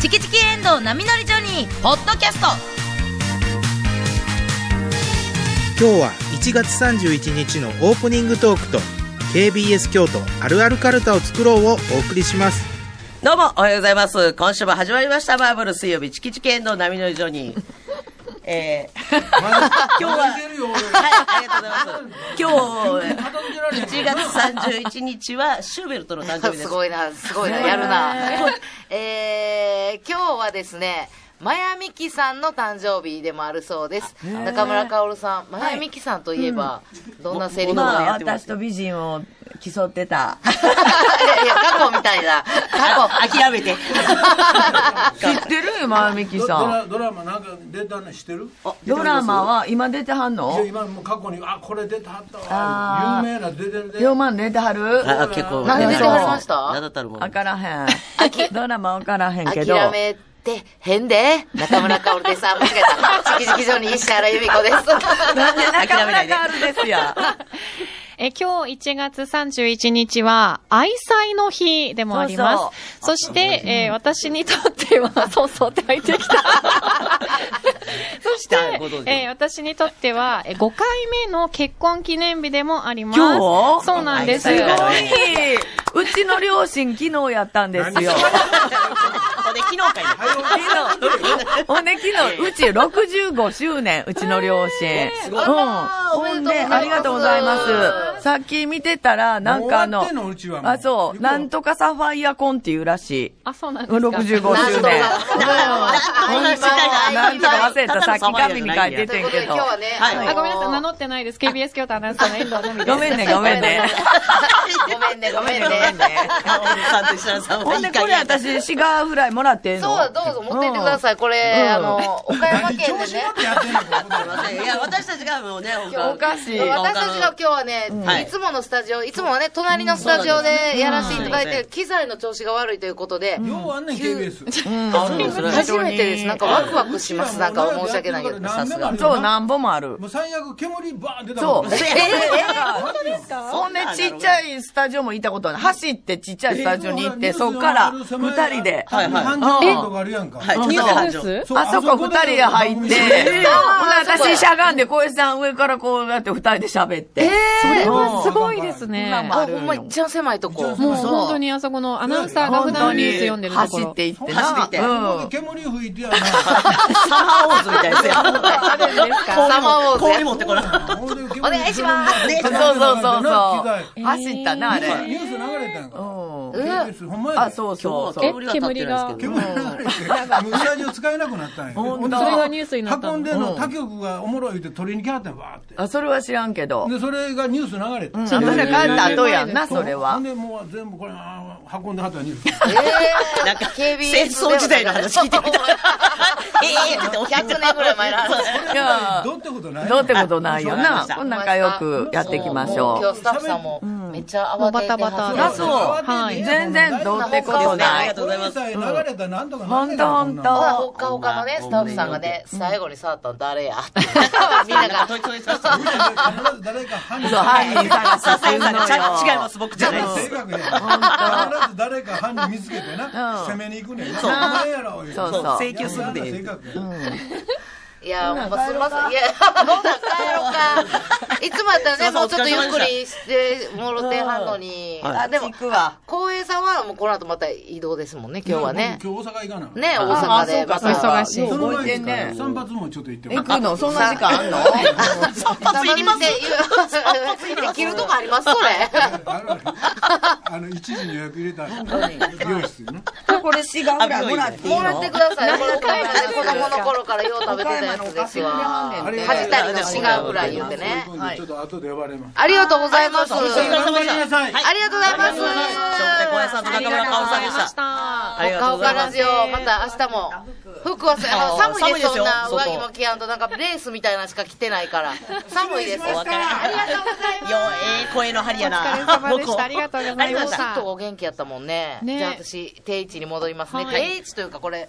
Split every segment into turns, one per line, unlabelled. チキチキエンドウ波乗りジョニー」ポッドキャスト
今日は1月31日のオープニングトークと KBS 京都あるあるカルタを作ろうをお送りします
どうも、おはようございます。今週も始まりました、バーブル水曜日、チキチキエンドウ波乗りジョニー。えー、今日は、はい、ありがとうございます。今日、1月31日は、シューベルトの誕生日ですす。
ごいな、すごいな、やるな。えー、今日はですね、まやみきさんの誕生日でもあるそうです。中村薫さん、まやみきさんといえば、どんなセリフを
まあ、
やってま
私
すか
と美人を競ってた。
いやいや、過去みたいな。過去。
あ諦めて。
知ってる今、ミキさん。
ドラドラマなんか出たの知ってる
ドラマは今出てはん
いや
の
今もう過去にあこれ出たはった
あ
わ
ー
有名な出てるで
4万出てはる
あ、結構。
何
で出てはりま
した
名だたるもの
わからへん。ドラマわからへんけど。
諦めて、変で、中村薫です。あ、間違えた。チキチキジョニー石原由美子です。
なんで中
諦めな
村
いで
カールですや。
え今日1月31日は愛妻の日でもあります。
そう
そして、えー私にとっては、 そうそうって入ってきた。そして
来たご存知、
えー私にとってはえ5回目の結婚記念日でもあります。
今日
そうなんです。
すごい
よ。
うちの両親昨日やったんですよ。
これ昨日かいな
ほんで昨日、うち65周年、うちの両親。うん。ほんで、ありがとうございます。さっき見てたら、なんかあ
も
の
う終わってんのうちは、もう
あ、そう、
行くわ
なんとかサファイアコンっていうらしい。
あ、そうなんですか。
65周
なんとか
年。
なんとか
なんとか忘れた、さっき紙に書いて
と
て
いうんこと
け
で今
ど
日。はね、
はい
あの
あ、ごめんなさい。名乗ってないです。KBS 京都アナウンサーの遠藤のみです。
ごめんね、ごめんね。
ごめんね、ごめんね。
あおじさんと石原さん
ほ
は
ん
い
で、
い加
これ
減
私、シガーフライもらってんの
そう、どうぞ持って行ってください。これ、あの、岡山
何
県
調
で
子
ね
乗。ってやってんのここで
いや、私たちがもうね、
おかしい
私たちが今日はね、
はい
いつものスタジオ、いつもはね、隣のスタジオでやらせていただい
そうなんで
て、機材の調子が悪いということで、
ようあんねん KBS
あるんですね。
初めてです。なんかワクワクします。なんか申し訳ないけど。
さすが
そう、なんぼもある
も。う最悪煙バーン出 た
そう。え
え
ほんで、ちっちゃいスタジオも行ったことない。走ってちっちゃいスタジオに行って、そっから二人で。
はいはい半
え
畳とかあるやんか
はい、ニュース
そう
繁
で
盛。
す。
そう
あそこ二人で入って、ほんで
え
私しゃがんで、小石さん上からこうやって二人で喋って。
それ
うん
はすごいです
今
ね。
も
あ、ほんま一番狭いとこ。
もう本当にあそこのアナウンサーが普
本当
段ニュース
に
読んでるとこ
走
ろ。
っていってな。
走っていって
うん
煙吹いてやな
サマーウォーズみたいですよ。
サマーウォーズ
氷持ってこな
ほんで煙
お願いします
ね
そうそうそう
な機材
そう。走ったな、あれ。
ニュース流れたん
う
か
ん
KBS ほんまやで
あ、そうそうそう。
え煙が
煙が流れて、もうスタジオ使えなくなったんや。
ほんと
ほんで
それ
がニュースになったの
運んでんの、他局がおもろいって取りに来はったんや、わーっ
あ、それは知らんけど
て。。で、それがニュース流れて。
うん、それ帰った後やんな、
そう
それ
ほ
は
ん。で、もう全部これ、あー運んではったんやニュース。
えー、
なんか、戦
KBS
争時代の話聞いてみたい。ええって言って、
100年ぐらい前の話。
いや
どうってことない
どうってことないよな。
そう
仲良くやっていきましょう。
今日スタッフさんも、めっちゃ慌ててはった。
もうバタバタ
あ、そう。
はい
全然どうってことな
ありが
い。
とうございます
これさえ流れたらなんとかな
ほん
るや
と
ろ
ほ
こ
ん
な
と。
の
ほかほかのね、スタッフさんがね、最後に触ったの誰やって。 みんなが、
問い問いさせてもらって
必ず誰か犯人
そう、犯人探しすんのよ。
違います、僕じゃないで
正
す。
確や必ず誰か犯人見つけてな、
うん
攻めに行くねんな。
う
お前やろ言うて
そうそう
請求するで。
正確や
いや、もうすみません。いや、 ほな、帰ろうか。いつもやったらね、もうちょっとゆっくりしてもろてはんのに。あ、でも、
行くわ。
浩平さんはもうこの後また移動ですもんね、今日はね。
今日大阪行かな
ね、大阪でま
お忙
た。
しい。
その前
覚えてんね
に散髪もちょっと行ってもら
行く
う
のそんな時間あんの
散髪して、できるとこあります それ。
あるあるあの1時に予約入れた美容室ね
これシガフライもらっていい
もらって
の
ください。これ岡山で子供の頃からよう食べてたやつですわ。
あれ
恥じたりのしがぐらい言うてね。
ちょっと後で呼ばれます
ありがとうございます。ありがとうご
頑張りなさい
ざいます。
小さんと中村かおさんでした。ありがと
ほ
うご
か
ざい
ほか
ま
ラ
す
ジ。オ、また明日も。服はせあ
あー
寒い
寒いで
です、
す
そ
よ
んな上
外
着も着やんと、なんかレースみたいなのしか着てない から。寒いです。
お別れ
ありがとうございます。
よ、ええ声の張りやな。
お疲れ様でしたありがとうございました
ちょっとお元気やったもんね。
ね
じゃあ私、定位置に戻りますね。
はい
定位置というか、これ、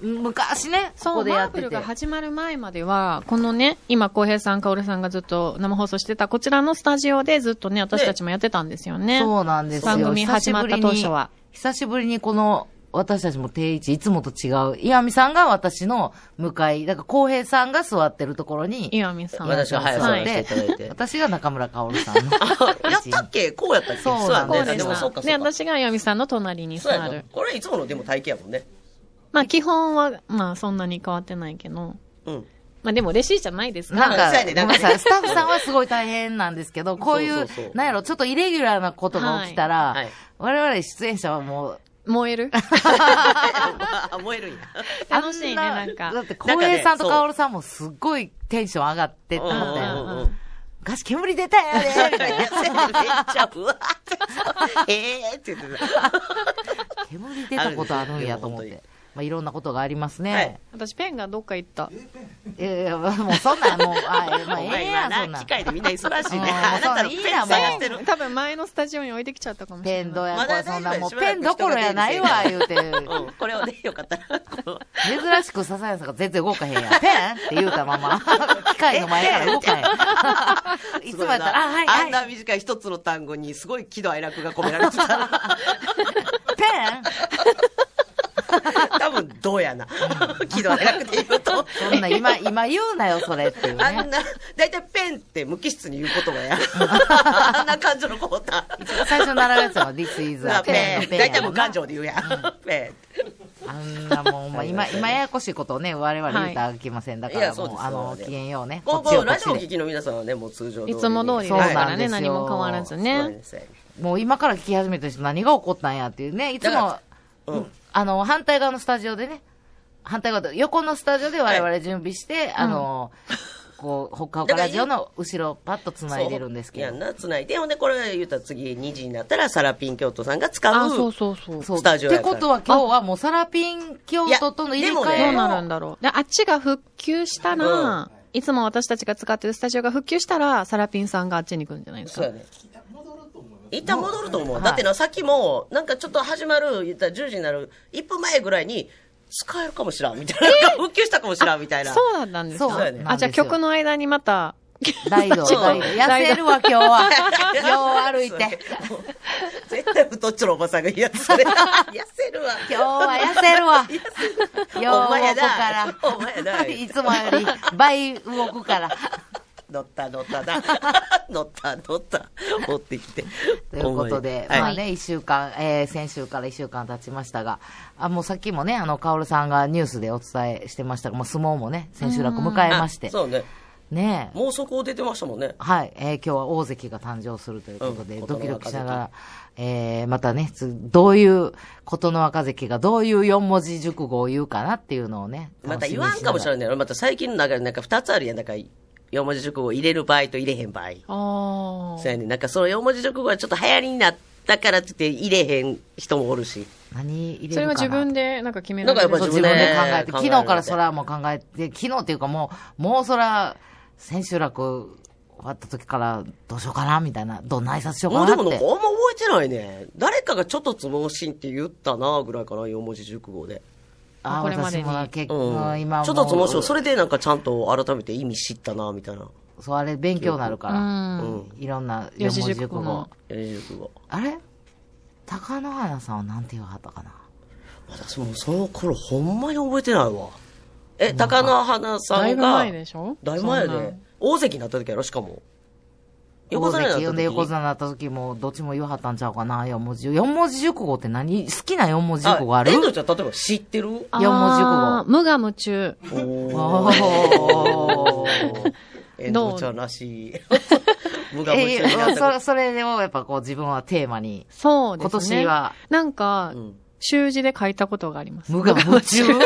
昔ね、こ
そ
こ
う、
で
マ
や
ー
っ
ブ
て
ル
て
が。始まる前までは、このね、今、浩平さん、薫さんがずっと生放送してた、こちらのスタジオでずっとね、私たちもやってたんですよね。
そうなんですよ。
番組始まった当初は。
久しぶりに。久しぶりにこの、私たちも定位置、いつもと違う。岩見さんが私の向かい、だから浩平さんが座ってるところに、
岩見さん。
私が早さ
は
せ
い
ていただいて。
私が中村薫 さんの。
あやったっけこうやったっけ
そう
や
なん
そ
で
う
す
ね。
で
でも
し
そう
た。
か、
で、
そうか。
私が岩見さんの隣に
そう
座
やな
る。
これいつものでも体型やもんね。
まあ、基本は、まあ、そんなに変わってないけど。
うん。
まあ、でも嬉しいじゃないです
な
か。
ん
あ
か、
そうやね
ごめん
なんか
なさ
ね
い、スタッフさんはすごい大変なんですけど、こうい
そううそうそう、
なんやろ、ちょっとイレギュラーなことが起きたら、
はい。
我々出演者はもう、
燃 える。
あ燃えるんや。
楽しいね、
あ
なんか
だ。って、浩平さんと薫さんもすっごいテンション上がってた
うんん
で、
うんうんうん。
ガチ煙出たよねみたい
めっ
な。
ちゃうわって。ええって言ってた。
煙出たことあるんやと思っ
あるんですよ
て。まあ、いろんなことがありますね。
はい
私、ペンがどっか行った。
いやいや、もうそんなん、もう、あ、まあ、
お
ええ
前
や
今
ん、そん
な、
な
機
ん。
械でみんな忙しいね。
うん
あなたのペン探してる。
多分前のスタジオに置いてきちゃったかもし
ペ
れ
ンど
ない。
や
ま
こ
だ
れ、
大
そん
丈夫
な
や
もう、ペンどころやないわ、言うて。
うん、これをね、よかったら。こう
珍しく笹谷さんが全然動かへんやん。ペンって言うた まま。機械の前から動かへん。いつもやったら、あ、はい、
あん
は
な短い一つの単語にすごい喜怒哀楽が込められてたら、
い、ペン
多分どうやな。喜怒哀楽で言うと。
そんな、今、今言うなよ、それっていう
あ
ね
ん。な、だいたいペンって無機質に言う言葉や。あんな感情の子だ。
最初習うやつは、This is
な
a
ペ
pen.
ン。だいたいもう感情で言うやん。ペ
あんなもん、まあ、今、今ややこしいことをね、我々言うたらあきません。だか
いや
ら
そうで
も
す
う、あ
そう
の、
です
機嫌ようね
ン。。
こ
こ
っ
こ
ちをこ
ラ
っ
ジ
ち
オ
で
聞きの皆さんはね、もう通常通り
い
に
つも通りです
そう
か
な
ら
ん
ね、
です
何
よ
も変わらず
そうなん
ね
で。すよ
もう今から聞き始めた人何が起こったんやっていうね、いつ
だ
も
か、うん。
あの、反対側のスタジオでね、反対側で、横のスタジオで我々準備して、あの、こう、北海道ラジオの後ろパッと繋いでるんですけ
そう
ど
い。やな、繋いで。ほんで、これ言うたら次2時になったら、サラピン京都さんが使う。
あ、そうそうそう。
そう
スタジオ
っ
や
て
から
ことは今日はもうサラピン京都との入れ替
いや
ど
え
う
の
なるんだろう。で、あっちが復旧したら、いつも私たちが使ってるスタジオが復旧したら、サラピンさんがあっちに行くんじゃないです
そう
か
や。ね。一旦戻ると思う。だってな、さっきも、なんかちょっと始まる、言ったら10時になる、1分前ぐらいに、使えるかもしらん、みたいな。なんか復旧したかもしらん、みたいな。
そうだったんです
そう
か
なんですよ
あ、じゃあ曲の間にまた、
大道、
そう
大道。痩せるわ、今日は。今日歩いて。
そう。絶対太っちょのおばさんが癒や された。痩せるわ。
今日は痩せるわ。今日
お前や
は
な
こ
お
こ
前や
か
な
ら。 いつもより倍動くから。
乗った乗った な。乗った乗った。持ってきて。
ということで、
はい
まあね、一週間、えー先週から一週間経ちましたが、あ、もうさっきもね、あの、カオルさんがニュースでお伝えしてましたが、もう相撲もね、千秋楽迎えまして
あ、そうね。
ねえ
もうそこ出てましたもんね。
はい、えー今日は大関が誕生するということで、
うん
ドキドキしながら、えーまたね、つどういう、ことの若関がどういう四文字熟語を言うかなっていうのをね、
また言わんかもしれ
い。
ないまた最近の中でなんか2つあるやん。なんか4文字熟語を入れる場合と入れへん場合。
あ
そうやねんなんかその4文字熟語はちょっと流行りになったからって言って入れへん人もおるし。
何入れるかな
それは自分でなんか決められ
なんかやっぱ
そう
自
自
分
分
で
で考えて、
考え
昨
る
日からそらもう考えて、昨日っていうかもう、もうそら、千秋楽終わった時からどうしようかなみたいな、どんな挨拶しよう
もう
か
で
な
も
っ
なんかあんま
て。
覚えてないね。誰かがちょっとつぼしんって言ったなぐらいかな、4文字熟語で。
あ、
これまで
私
に
もな結
う
構、
ん。
今も。
ちょっとつぼしん、そ
れ。
れでなんかちゃんと改めて意味知ったなみたいな。
そう、あれ勉強になるから。
あ。うん。
いろんな四
四字
文字
熟
熟
語
語
の。
四字熟語。
あれ高野花さんはなんて言わはったかな
私もうその頃ほんまに覚えてないわ。え、高野花さんが。
だいぶ前でしょ
だいぶ前
そんな
で。大関になった時やろ、しかも。横
横
綱になった
綱
時
呼んで横綱になった時も、どっちも言わはったんちゃうかな四文字。四文字熟語って何好きな四文字熟語がある
遠藤ちゃん、例えば知ってる
あー
四文字熟語
無我夢中。
おー。
遠
どう
藤ちゃんらしい。 無我夢
え
中にな
え
っ
そ
た
れ、それをやっぱこう自分はテーマに。
そうですね。
今年は。
なんか
う、ん
習字で書いたことがあります。
無我夢中
ちっちゃい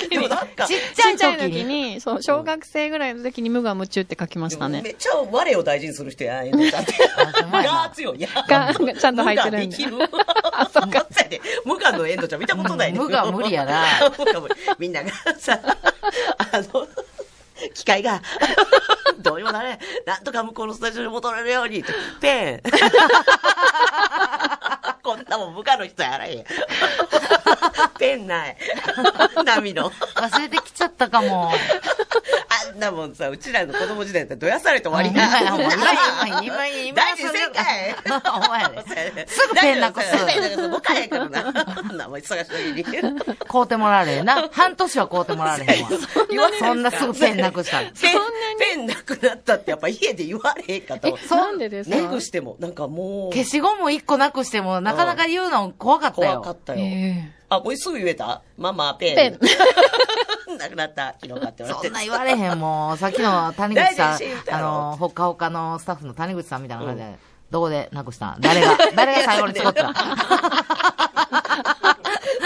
時
で
に
も。なん か
ち、っち
ち
ゃ
っ
い
ちゃい
時
時
に。
に、そう、小学生ぐらいの時に無我夢中って書きましたね
め。っちゃ我を大事にする人や、遠藤ちゃんって。
ほんまやな
が強い。や
がちゃんと入ってるん
無我で
で
きる。あ、そっか。で、無我の遠藤ちゃん見たことないね。
無我無理やな。
無我無理。みんながさ、あの、機械が、どうにもなれん。なんとか向こうのスタジオに戻れるように。ペン。 こんなもん無我の人やあらへんや。ペンない。波の。
忘れてきちゃったかも。
あんなもんさ、うちらの子供時代だってどやされて終わり
ほんま
な
やほんまや今今今今
大事にせんい
お前ね
す
ぐペンなくす
動かへんからな。そんなもん忙しいのに。
買うてもらえれへんな。半年は買うてもらえれへんわ。そんなすぐペンなくしたら。
ペン、ペンなくなったってやっぱ家で言われへんかったわ。
え、なんでですか
なくしても、なんかもう、
消しゴム一個なくしても、なかなか言うの怖かった
怖か
よ
っ。たよ。
え
あ、もうすぐ言えたママ、ペン。
ペ
なくなった。昨日買ってもらって。
そんな言われへん、もう。さっきの谷口さん
大事にして、た
あ
やろ
の、ほっかほかのスタッフの谷口さんみたいな感じで、どこでなくしたん誰が、誰が最後に使ったん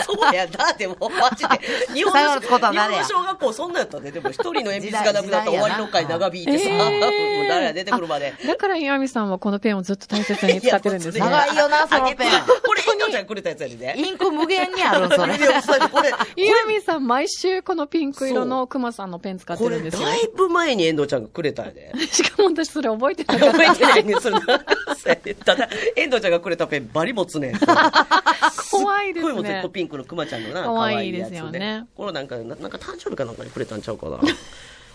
そうやな、でも、マジで。日
最後
本
の
の
使うたん
日
誰
本
や
の小学校そんなんやったね。でも一人の鉛筆がなくなったら終わりの回
時代
長引いてさ、もう誰や出てくるまで。
ーだから岩見さんはこのペンをずっと大切に使ってるんですね
い。や
長いよな、そのペン。
これ、ひのちゃんくれたやつやでね。
インク無限にあるん、それ。
いやそうやってこれ、
岩見さん毎週このピンク色のクマさんのペン使って
こ
るん
れ、
ですよ。
だいぶ前に遠藤ちゃんがくれたんやで。
しかも私それ覚えてなかっ
覚えて
た。
ないね、それ。ただ、遠藤ちゃんがくれたペン、バリ持つねん。
怖いです
声も絶
ね
構。ピンクのクマちゃんのな、
可
可
愛
愛
い
い
で
や
す
つ
よね
ね。これなんか、ななんか誕生日かなんかにくれたんちゃうかな。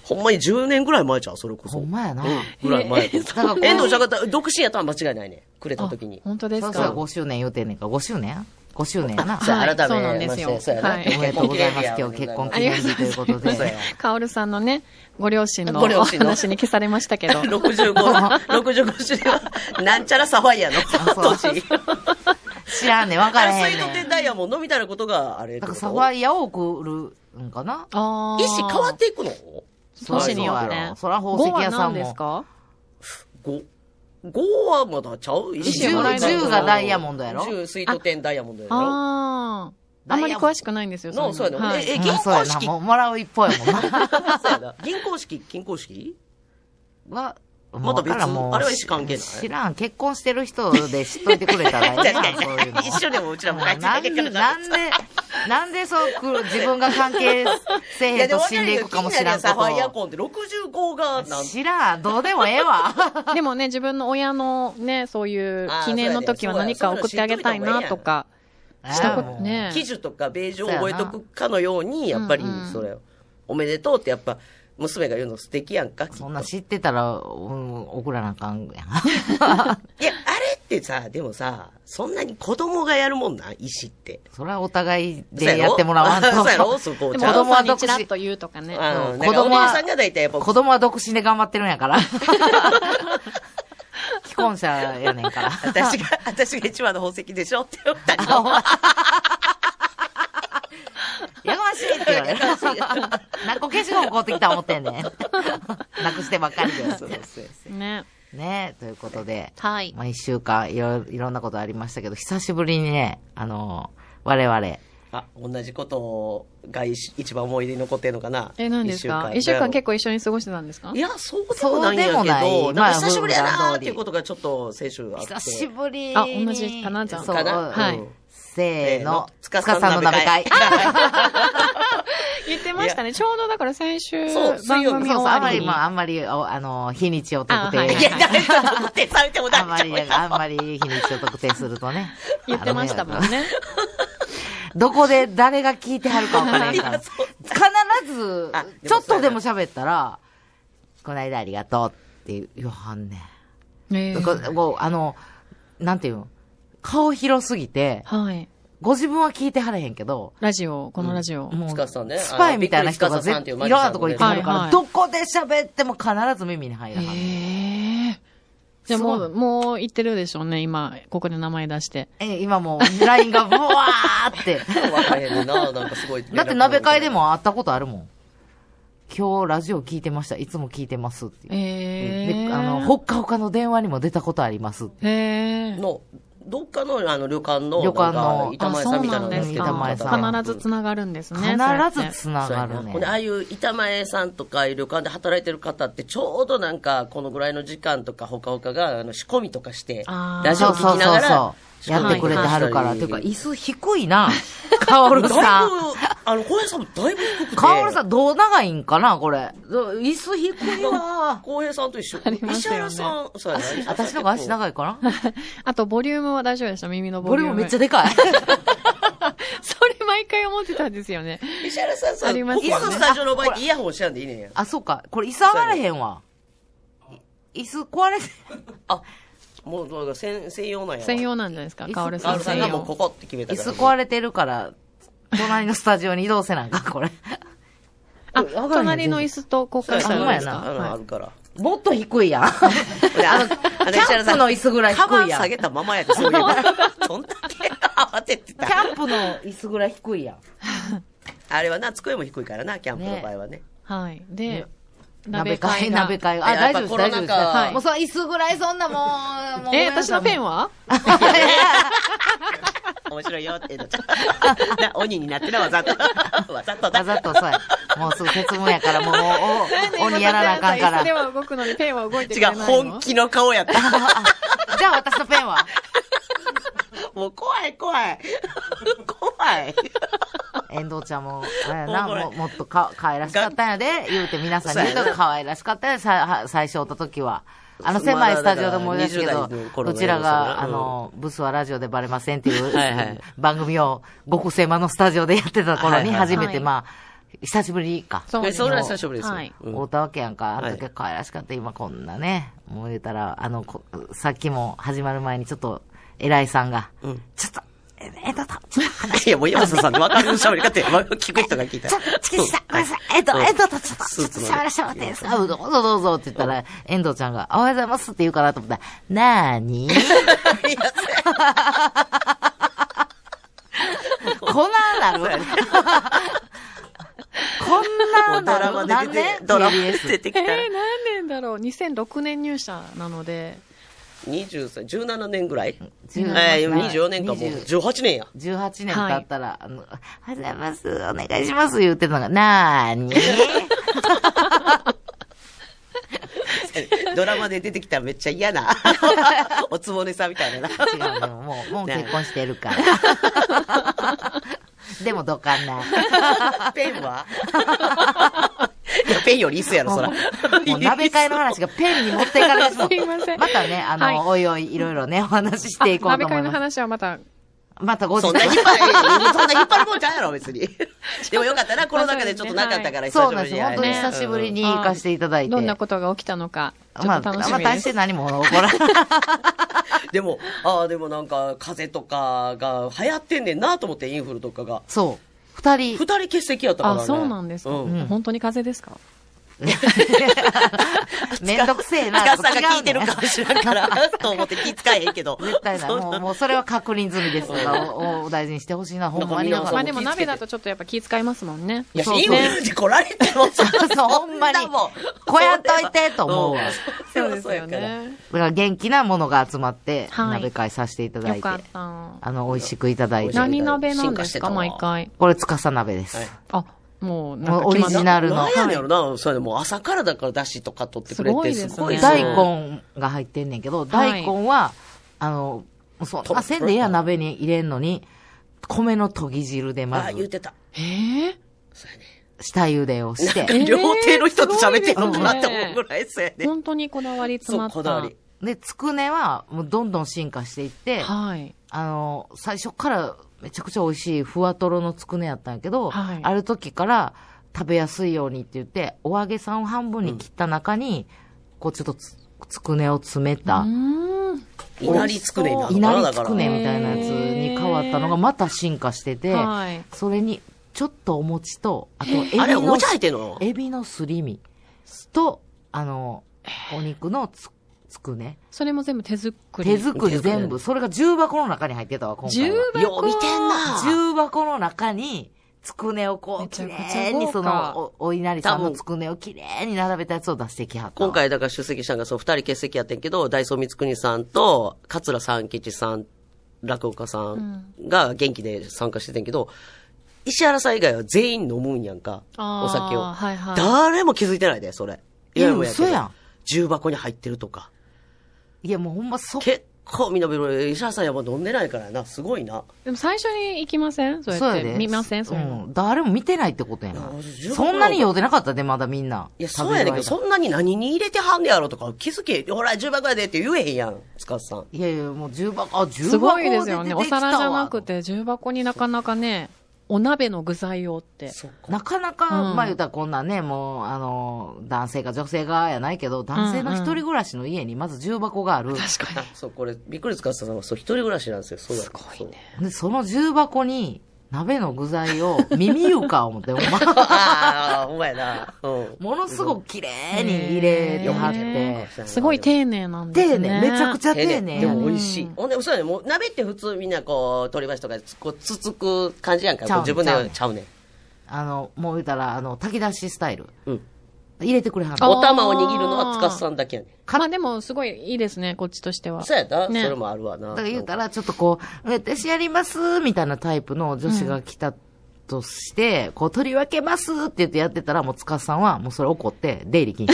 ほんまに10年ぐらい前ちゃう、それこそ。
ほんまやな
うんぐらい前。遠
だからこれ
藤ちゃんが独身やったら間違いないね。くれた時に
あ。本当です
そう
か
そう、5周年言うてんねんから、5周年 ?5 周年やな。
そう
はい
改
そうなん
め
で
ますし
よ
て、そうやな。
はい
おめでとうございます。今日結婚記念日ということ
そうや
で。
カオルさんのね、ご両親の
ご両
お
親の
話に消されましたけ ど。
65、65種類は、なんちゃらサファイアの
そう
年。
知らんねん、分
あ
から
れ、
へ
水道
んね
天
ん。
ダイヤモンドみたいなことがあれって
だ
こと。
からサファイアを送るんかな
あー
意思変わっていくの
そう
年によって
そ
ね。
うやろそら宝石屋さんも
五は何ですか
?5。5はまだちゃう意
意思もらえない
10がダイヤモンドやろ
?10、水道天ダイヤモンドやろ
ああ。あんまり詳しくないんですよ。
のそうやね、
は
え、え、
い。
銀
そうや
行
な、
式
もうもらう一方やもんな。
そうやな銀行式銀行式
は、
また別
もうだからもう
あれは意思関係ない
知らん。結婚してる人で知っといてくれたらいい
確か
な、
に
そういうの。
一緒でもうちらも
なんなんで、なんでそう来る、自分が関係せえへんと死んでいくかもしらんこ
サファイア
と
コンって65がなん
知らん、どうでもええわ。
でもね、自分の親のね、そういう
あー
記念の時は
そうやね
何か送ってあげたいなとか、したことね。
記事とかベージュを覚えとくかのように、やっぱり
うんうん
それ、おめでとうってやっぱ、娘が言うの素敵やんか、きっと
そんな知ってたら、うん、送らなあかんやん。
いや、あれってさ、でもさ、そんなに子供がやるもんな、意思って。
それはお互い
そう
でや
ろ
ってもらわ ん
そうやろ
と。
そこを
でも
ちゃ
お
ん
子供
と。
父さ
は
んに
独
ち
身
らっと言うとかね。
あの、な
子
んか
供は
お姉さんが大体やっぱ、
子供は独身で頑張ってるんやから。既婚者やねんから。
私が、私が一番の宝石でしょって言ったり
お前やかましいって言われる。何個消しゴム買うてきた思ってんねん。なくしてばっかりで。
ね。
ねということで。
はい。
まあ一週間いろ、いろんなことありましたけど、久しぶりにね、あの我々、
あ、同じことが一一番思い出に残ってんのかな。
え、何ですか一
一
週
週
間
間
結構一緒に過ごしてたんですか
いや、そうでもないんやけ
そ
ど、
うでもないま
な
あ
んか久しぶりやな
普段
ー
通
っ
り
ていうことがちょっと先週あって。
久しぶりに。
あ同じかなじゃあ
そう、
かな
はい
うんせーの、
せ
つ
ーの
かさんの鍋会。
言ってましたね。ちょうどだから先週
そう、
番
水曜日
組
そ
終
うそう、あんま
わり
り、
に。
まあ、あんまり、おあの、日にちを特
あはい
定
はい
いや、誰かと思ってされても
あ
大
んま
丈夫
り、あんまり日にちを特定するとね。
言ってましたもんね。
どこで誰が聞いてはるかわからんから。必ず
あ、でも
ちょ
そ
っ
う
と
やな
でも喋ったら、この間ありがとうって言わはんね
ね
ん。
え
なんかこう、あの、なんていうの顔広すぎて、
はい。
ご自分は聞いてはれへんけど、
ラジオ、このラジオ。
も
司さんね
う、スパイみたいな人
あ
が
のびっくり司さん
絶
って
対
い
いうろ
マ
ん
ジシャン
なとこ行ってはるか
はいは
ら、
い
どこで喋っても必ず耳に入らはんねん。
ええじゃあもう、もう言ってるでしょうね、今、ここで名前出して。
え、今もう、ラインがブワーって。
わかれへんねんな、なんかすごい。
だって鍋会で。も会ったことあるもん。今日ラジオ聞いてました。いつも聞いてますっていう。
ええ
で、あの、ほっかほかの電話にも出たことありますって。
へえ
の、どっかの、あの、旅館の、
旅館の
なんか板前さんみたいなの
で
やっ
す
て
か
た
板前さん
必ずつながるんですね。
必
そうや
ず
って
つな
そうや
が
な
る
ほんでああ
ね。
いう板前さんとかいう旅館で働いてる方って、ちょうどなんか、このぐらいの時間とか、ほかほかが、あの、仕込みとかして、
あー
ラジオ
そうそ
聞
う
きな
そう
がら
そ、う。やってくれてはるから。
仕込み
ていう
と
か、
したり
椅子低いな。カオ ルさ
だ
ん。
いぶ、あの、小屋さんもだいぶ低くて。
カオルさん、どう長いんかなこれ。ど椅子低いわ。
浩平さんと一緒。
ります
石
よね
原さん、そうやな。
私の方が足長いかな
あと、ボリュームは大丈夫でした、耳のボ
こ
リ
れ
ュー
も
ム。
めっちゃで かい。
それ毎回思ってたんですよね。
石原さんさ、
ありますよね
ここのスタジオの場合ってイヤホンしちゃうんでいいねんや。
あ、そうか。これ椅子上がれへんわ。い椅子壊れて、あ、
もうもう専専用なんやわ。
専用なんじゃないですか、
いつ
カオルさ
あ
ん
るさん
専
がもうこ
用。
こって決めた
椅
か
子
ら。
壊れてるから、隣のスタジオに移動せなんか、これ。
あ、
上がらへん
隣の椅子と交換した
ほん
ら
まや
です
な
か。
あのあ
は
るから。
もっと低いやん。あの、キ
あの
ャンプの椅子ぐらい
カバ
低
ン
いやん。
下げ
キ
たままやで、そういえば。どんだけ慌ててた。
ャンプの椅子ぐらい低いやん。
あれはな、机も低いからな、キャンプの場合はね。
い。はい。で、
鍋会、
が
鍋会が。あ、
いややっ
大
ぱ
丈夫
コロ
です、大
ナ
丈夫
禍
です。
はい
もうその椅子ぐらい、そんなもう、もう
え、私のペン
は
は
面白いよって言うのちょっとな鬼になってな、わざと。わざとだ。
わざとそうや。もうすぐ節分やから、もう、 おお鬼やらなあかんか
椅子で
ら。
は動くのにペンは動いてく
違
れ
う、
ないの
本気の顔やった。
じゃあ私のペン は
もう怖い、怖い。怖い。
遠藤ちゃんも、あれやな、
もうこれ
ももっとか可愛らしかったんやで、言うて皆さんに言うと可愛らしかったんや、さは最初おった時は。あの狭いスタジオで思い出すけ
ま
ど
あだから20代の、頃
う
の
ちら
映像
が、
だ
あ
な
の、ブスはラジオでバレませんっていう
はいはい
番組を、極狭のスタジオでやってた頃
はい
に
はい
初め
はい
て、まあ、久しぶりか。
そう
え
です
それは久しぶりですよ。
はい
うん
会うたわけやんか。あの時
は
は可愛らしかった。今こんなね。もう言うたら、あの、こさっきも始まる前にちょっと、偉いさんが、
うん
ちょっと、ええっと、ちょっと話
いや、もう山下さん、わかる喋り方や。聞く人が聞いた
ちょっと、チキンした、ごめんなさい。えっと、えっと、ちょっと、ちょっと
スーツの
喋らせてもらっていいですかうんどうぞどうぞって言ったら、遠藤ちゃんが、おはようございますって言うかなと思ったら、なー に
いやそ
こんななるこ
もうド
んなな
ラ
る
マ
な
で
ん
出
で
て、ドラマで
TBS
出てき
え
た
ー。何年だろう ?2006 年入社なので、
20歳、17年ぐらい
17
えー、24年かもう、
20
18年や。
18年経ったら、あの、おはようございます、お願いします、言ってたのが、なーに
ドラマで出てきたらめっちゃ嫌 な。おつぼねさんみたいなな。
違うの、もう、もう結婚してるから。 でも、どかんな。
ペンはいや、ペンより椅子やろ、そら。
もう鍋会の話がペンに持っていかれて
すいません
またね、あの、
はい
おいおい、いろいろね、お話ししていこう
鍋
と思い
会の
ます。
話はまた、
またご時
そんな引っ張る、そんな引っ張るもんちゃうやろ、 別に。でもよかったな、コロナ禍でちょっとなかったから、
そうなんです
に
よ。
会え
本
て
当に久しぶりに
うん
行かせていただいて。
どんなことが起きたのか、ちょ
ま
っ
あ、
と楽
ま
し
あ、
みで
大し
す
て。何も起こらない。
でも、ああ、でもなんか、風邪とかが流行ってんねんなと思って、インフルとかが。
そう。二
二
人。
人欠席やったから
あ、
ね。
そうなんですか。
う
本当に風邪ですか
めんどくせえな。
塚さんが聞いて
違う
る
ね
かもしれん から、と思って気使えへんけど。
絶対ない。
そん
もう、もうそれは確認済みですから、おお大事にしてほしいな、ほんまに。
なんか
ま
み
あ
ん
でも鍋だとちょっとやっぱ気遣いますもんね。
いや、
そう
インフルに来られても、そ
そうそう、ほんまに。こうやっといて、と思うわ。だ
そうですよね。
から元気なものが集まって、
はい
鍋会させていただ
よ
いて
か。った。
あの、美味しくいただいて。
何鍋なんです
進化してた
か
わ
毎回。
これ、つかさ鍋です。
はい
あ、も
も
う、なん
う
か
オ
決
リ
まっ
ジ
た。
ナル
な
の
ん。やねんやろな、そうやねもう朝からだからだしとか取ってくれ
すごい
て、
です
す
ね
ごいです
大
よ
根が入ってんねんけど、大根は、あの、そんなせんでええやん鍋に入れんのに、米の研ぎ汁で
あ
ま
あ、言っ
ず、
てた。
ええ
下茹でをして、
えー
料亭の人と喋ってんのかなって思うぐらい、そうやね。
本当にこだわり詰
そ
ま
う、
っ
こだわ
た
り。。
で、つくねは、もうどんどん進化していって、
はい。
あの、最初からめちゃくちゃ美味しいふわとろのつくねやったんやけど、
はい
ある時から食べやすいようにって言って、お揚げさんを半分に切った中に、こうちょっとつつくねを詰めた、
うん。
いなりつくねになるのかな、
いなり
だ
つ
から
く。ねみたいなやつに変わったのがまた進化してて、
はい。
それにちょっとお餅と、あとエビ
あれ、お
の
もちゃ、入ってんの
エビのすり身と、あの、お肉のつつくね。
それも全部手作り。
手作り全部。それが重箱の中に入ってたわ、今回
重
は。
箱
よう見てんな。
重箱の中に、つくねをこう、
め
き
ちゃくちゃ
れいにそ
豪華
の、おお稲荷さん
多
の
分
つくねをきれいに並べたやつを出してきはったわ。
今回だから出席したのが、そう、二人欠席やってんけど、大宗光圀さんと、桂三吉さん、落語家さんが元気で参加しててんけど、石原さん以外は全員飲むんやんか、
あー
お酒を。
はいはい
誰も気づいてないで、それ。
い
い
や
や、もやけど
嘘やん
重箱に入ってるとか。
いや、もうほんまそ、
結構みんなビロビロ石原さんやっぱ飲んでないからやな、すごいな。
でも最初に行きませんそうや
そ
っ
うや
て。
で。
見ませんそうれも。
ん。誰も見てないってことやな
あ。重箱
そんなに酔うてなかったで、まだみんな。
いや、そうやねんけど、
食べる
そ
間
んなに何に入れてはんねやろとか、気づけ、ほら、重箱やでって言えへんやん、塚さん。
いやいや、もう重箱、あ、重箱
すごいですよ
出
ね。
て
お
きたわ
皿じゃなくて、重箱になかなかね、お鍋の具材をって。
なかなか、
うん
まあ言うたらこんなね、もう、あの、男性か女性がやないけど、男性の一人暮らしの家にまず重箱がある。
確かに。
そう、これ、びっくりつかさんは、そう、一人暮らしなんですよ。そうすごいね。
で、その重箱に、鍋の具材を、耳ゆか思って、お前
ああ、ほんまやな。うん。
ものすごく綺麗に入れてはって。
すごい丁寧なんです
丁
ね。
寧、めちゃくちゃ
手
丁
で
寧
で。も美味しい。ほんで、そうやね。もう、鍋って普通みんなこう、取り箸とかでつ、こう、つつく感じやんか。
ちゃ
こ
う
う自
ね
分
ちゃう
で
ね
ちゃうねん。
あの、もう言うたら、あの、炊き出しスタイル。
うん
入れてくれはん
あ
の。
お玉を握るのはつかさんだけやね
まあでも、すごいいいですね、こっちとしては。
ん。そうやな。そ
ね
れもあるわな。
だから言うたら、ちょっとこう、私やります、みたいなタイプの女子が来たとして、こう、取り分けますって言ってやってたら、もう、つかさんは、もうそれ怒って、出入り禁止。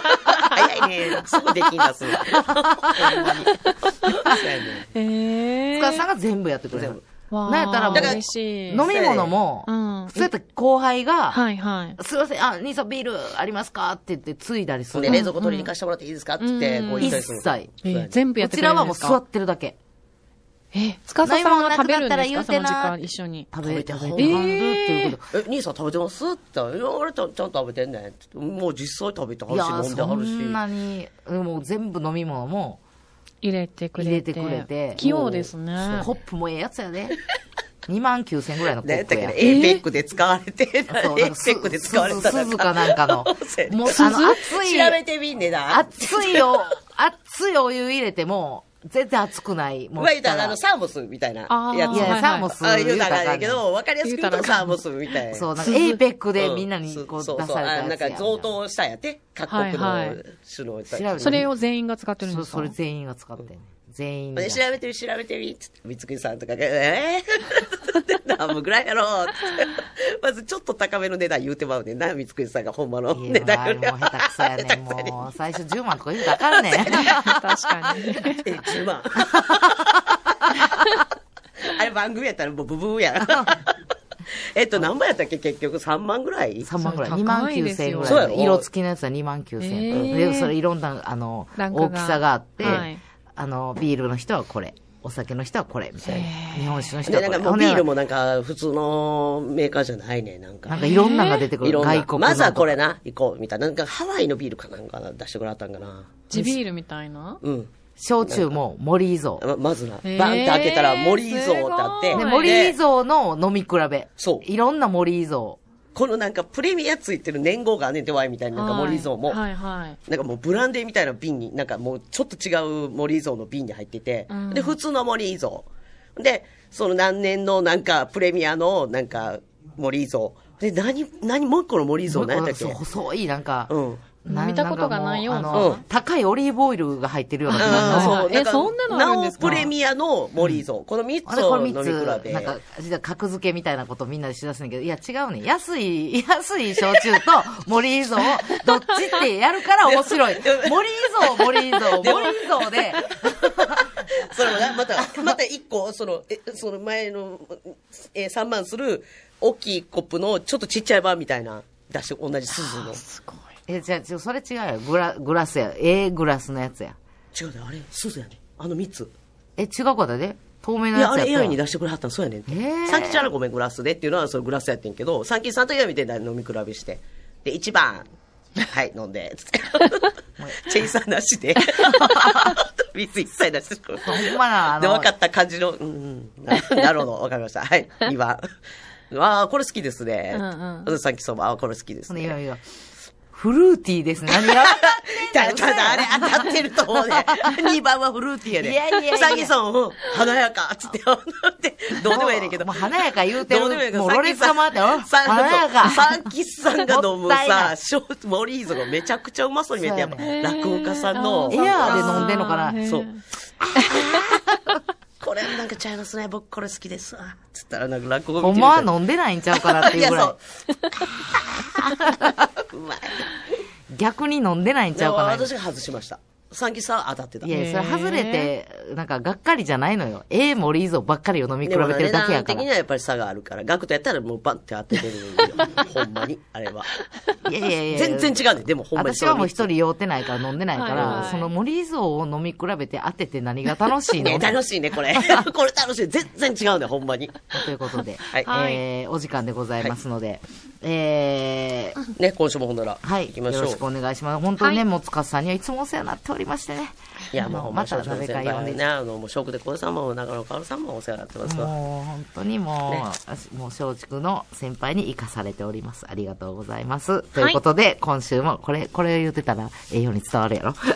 早いね。すぐできんだす。ほんまに。そうやね。
つ
へえ。
かさんが全部やってくれる。
わあ
なんやったらもう
嬉しい。
飲み物も、
うん。
そうやって後輩が、
はいはい。
すいません、あ、兄さんビールありますかって言って、ついだりす
そん
る。
で、冷蔵庫取りに行かしてもらっていいですかって言って、
うん
こう、
一
行ったりする。
切。
え
うやね
ー全部や
こ
って
ち
くれ
ら
るん
は
で
もう
す
座
か
ってるだけ。
え、つかささんは食べるんです
ないもんな
か
く
そ
なったら言
の時
うてな
間一緒に。
食べた方が
食
い
べ
い
た方
っ
がいい
ていうこと。
え、兄さん食べてますって言ったら、いや、俺とちゃんと食べてんねんって言って。もう実際食べて
いや
はるし、飲んで
そ
はるし。
んなに、もう全部飲み物も、
入れてくれて。
入れてくれて
器用ですね。
コップもええやつやで。2万9000ぐらいのコ
何やっ
ッ
た
プ
っけ
や
ね、。エイペックで使われて、エイペ
そうなんかす
ックで使われた
すずかな んかの
そうやね
もう、あの、熱い、
調べてみんねんな。
熱いお、熱いお湯入れても、全然熱くない。
ま
もう
あ言うたら、あの、サーモスみたいな
あー
や
い
つ。
はいは
や、
い
サーモス
あ言うたらあ
あ
れやけ、ど、わかりやすく言う
言
と
うたら
サーモスみたいな。
そう、なんか、
鈴
エイペックでみんなにこう出
そ
され
そ
たやつや
あなんか贈答したんやって。各国
はいは
の
い
首脳
調べてみ
それを全員が使ってるん
そ
で
う
すか
それ全員が使ってんね全員
で
で。
調べてみ、調べてみ、つって、三つさんとかが、えぇ、ー、何もぐらいやろうつってまずちょっと高めの値段言うてまうねんな、三つさんがほんまの
い
値段
や、
よ
も
りは
う下手くそやねん。もう、最初10万とか言うたらあかんねん。
確か
え、
に。
10万。あれ番組やったらもうブブーやん。えっと、何万やったっけ結局3万ぐらい
3万ぐらい。
そ
2
う
万
高い
9
です
千円
よ
ぐ
そう
ら
や
い
ろ
で。色付きのやつは2万9千円とか。
えー
で、それいろんな、あの、
ランクが
大きさがあって
はい、
あの、ビールの人はこれ、お酒の人はこれ、みたいな。日本酒の人
で、
は
なん
こ
か
れ。
もう
ほんで
ビールもなんか普通のメーカーじゃないね、なんか。
なんかいろんなのが出てく
い
る。
ろんな
外国の。
まずはこれ。な、行こう、みたいな。なんかハワイのビールかなんか出してくれはったんかな。
地ビールみたいな
うん。
焼酎も森伊蔵。
ままずな、バンっ
へー
て開けたら森伊蔵ってあって。
すご
で
で、
い
森伊蔵の飲み比べ。
そう
いろんな森伊蔵。
このなんかプレミアついてる年号があんねんてわいみたいな、なんか森伊蔵も。
はいはい。
なんかもうブランデーみたいな瓶に、なんかもうちょっと違う森伊蔵の瓶に入ってて、
ん
で、普通の森伊蔵。で、その何年のなんかプレミアのなんか森伊蔵。で、何、何、もう一個の森伊蔵何やったっけ
そう細い、なんか。
うん。
な
見たことがないような
なんかもうあの
うん
高いオリーブオイルが入ってるような。
ん
あ
えそんなのあるんですか
なおプレミアの森伊蔵。この3つ
れこ
を
れ
飲み比
3つ、
べ。
なんか、実は格付けみたいなことみんなでしだすんだけど、いや違うねん。安い、 安い焼酎と森 伊蔵をどっちってやるから面白い。森伊蔵、森伊蔵、森伊蔵 で、
それもね、また、また一個、その、え、その前の、えー、3万する、大きいコップの、ちょっとちっちゃい版みたいな、出して、同じ鈴の。
え、じゃあちょそれ違うよ。グラ、グラスや。ええグラスのやつや。
違うね、あれ、鈴やね。あの3つ。
え、違うことで透明の
い
や
や、あ
つやった
れ
やん
AI に出してくれはったん、そうやねんって
へえ。
三吉ちゃんのごめん、グラスでっていうのは、そのグラスやってんけど、三吉さんと AI みたいな飲み比べして。で、1番。はい、飲んで。 つって。チェイサーなしで。水一切なしで。
ほんまなあの
で、分かった感じの、うん、うんな なるほど、分かりました。はい、2番。ああ、これ好きですね。
うん
うん。さっきそば、あーこれ好きです
ほんで
ね。
今見ろフルーティーですね。何が
たただ、あれ当たってると思うね。2番 はフルーティーやで。
いやいやいや
さっきそば、うん華やか、つ って、 どうでもええねんけど。
もう華やか言うて
どうでもいい
る。
けど
もうロレスが回ってよ。
さん
華やか。
さんきさんが飲
もっ
む
たいな
さ
い、
ショート、モリーズがめちゃくちゃうまそうに見えて、やっぱ、落語家さんの、
エアーで飲んでんのかな
へー
そう。 これなんかちゃいますね、僕これ好きですわ。つったらなんか落語
ほ
見
ん
て
ま
の
は飲んでないんちゃうかなっていうぐらい。
うまい。
逆に飲んでないんち
じゃ
ゃ
あ
うかな。
私が外しました。三木さんは当たってた。
いや、それ外れて、なんかがっかりじゃないのよ。ええ森伊蔵ばっかりを飲み比
でも
べ
な
てる
値
だけや
段
か
的
ら。
に
い
はやっぱり差があるから、額とやったらもうバンって当てれるんよ。 ほんまに、あれは。
やいやい や。
全然違うね。でもほんまに
私
その
はもう一人酔ってないから飲んでないから、
はいはい
その森伊蔵を飲み比べて当てて何が楽しいの
ね、楽しいね、こ れ。これ楽しい。全然違うね、ほんまに。
ということで、
はい
はい
えーお時間でございますので、えー
ね、今週もほんなら。
はい、
行きまし
よ
ょ
ろしく
う。
お願いします。本当にね、
はい
もつかさんにはいつもお世話になっておりましてね。
いや、もうほんま
また誰か呼んで
ね、
いただ
あの、もう、ショックで小田さんも、中野薫さんもお世話になってま
いて
すわ。
もう本当にもう、私もう松竹の先輩に生かされております。ありがとうございます。ということで、今週もこれ、これ言ってたら、ええように伝わるやろ。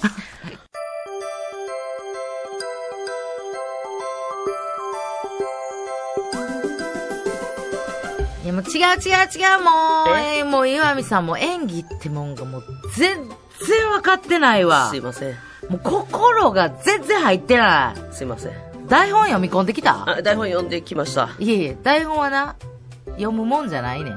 いやもう違う違う違うもう、えーもう岩見さんも演技ってもんがもう全然分かってないわ
すい。ません。
もう心が全然入ってない。
すいません。
台本読み込んできた
あ、台本読んできました。
いえいえ、台本はな、読むもんじゃないねん。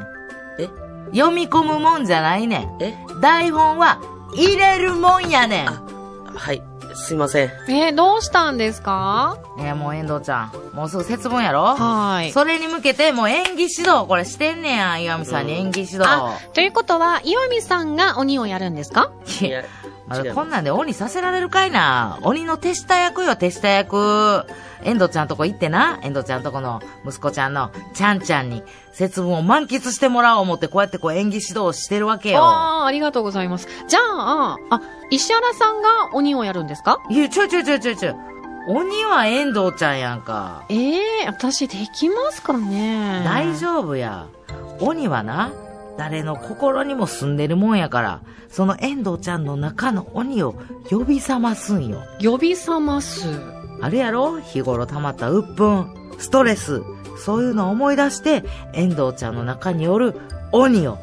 え
読み込むもんじゃないねん。
え
台本は入れるもんやねん。
はい。すいません。
えーどうしたんですか
えーもう遠藤ちゃん、もうすぐ節分やろ
はーい
それに向けて、もう演技指導、これしてんねや、岩見さんに演技指導。
あ、ということは、岩見さんが鬼をやるんですか
い
いや
や、ま
違
だ
う
こんなんで鬼させられるかいな。鬼の手下役よ、手下役。遠藤ちゃんとこ行ってな、遠藤ちゃんとこの息子ちゃんのちゃんちゃんに節分を満喫してもらおう思って、こうやってこう演技指導してるわけよ。
ああー、ありがとうございます。じゃあ、あ、石原さんが鬼をやるんですか
いや、ちょいちょいちょいちょいちょい。鬼は遠藤ちゃんやんか。
ええー、私できますかね
大丈夫や。鬼はな、誰の心にも住んでるもんやから、その遠藤ちゃんの中の鬼を呼び覚ますんよ。
呼び覚ます。
あれやろ日頃溜まった鬱憤、ストレス、そういうのを思い出して、遠藤ちゃんの中による鬼を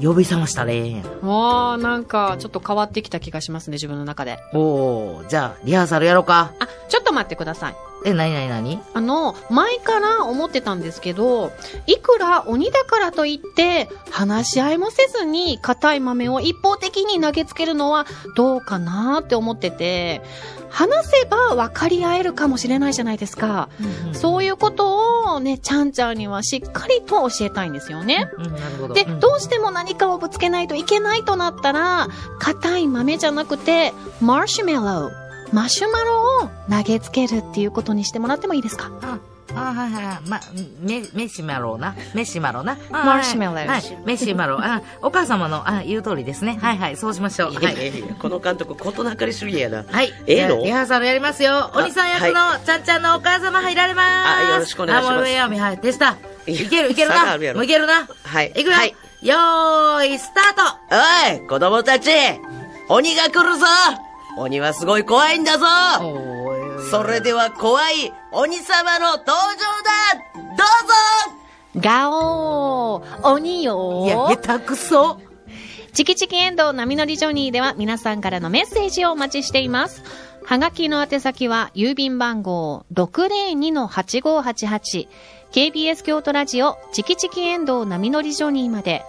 呼び覚ましたらええんや。
わあ、なんか、ちょっと変わってきた気がしますね、自分の中で。
おー、じゃあ、リハーサルやろうか。
あ、ちょっと待ってください。
え、なになになに
あの、前から思ってたんですけど、いくら鬼だからといって、話し合いもせずに硬い豆を一方的に投げつけるのはどうかなって思ってて、話せば分かり合えるかもしれないじゃないですか。そういうことをね、ちゃんちゃんにはしっかりと教えたいんですよね。
うん、なるほど。
で、
うん
どうしても何かをぶつけないといけないとなったら、硬い豆じゃなくて、マシュメロウ、マシュマロを投げつけるっていうことにしてもらってもいいですか
あはいはいはい。ま、め、メシマロな。メシマロな。あ
マシュメロ
はいはい。メシマロ。あ、お母様の、あ、言う通りですね。はいはい。そうしましょう。
い
は
やいや
い。
いや、この監督、事なかれ主義やな。
はい。
ええの
じゃあリハーサルやりますよ。お兄さん役のちゃんちゃんのお母様入られます。
あよろしくお願いします
あ、もう上読み、はい。手下。
いや
いけるいける
差が
な。
あるやろ
もういけるな。
はい
いくよ
はい。
よーい、スタート
おい、子供たち鬼が来るぞ鬼はすごい怖いんだぞそれでは怖い鬼様の登場だど
ガオー鬼よ
いや、下手くそ。
チキチキエンドウ波乗りジョニーでは皆さんからのメッセージをお待ちしています。はがきの宛先は郵便番号 602-8588KBS 京都ラジオチキチキエンドウ波乗りジョニーまで。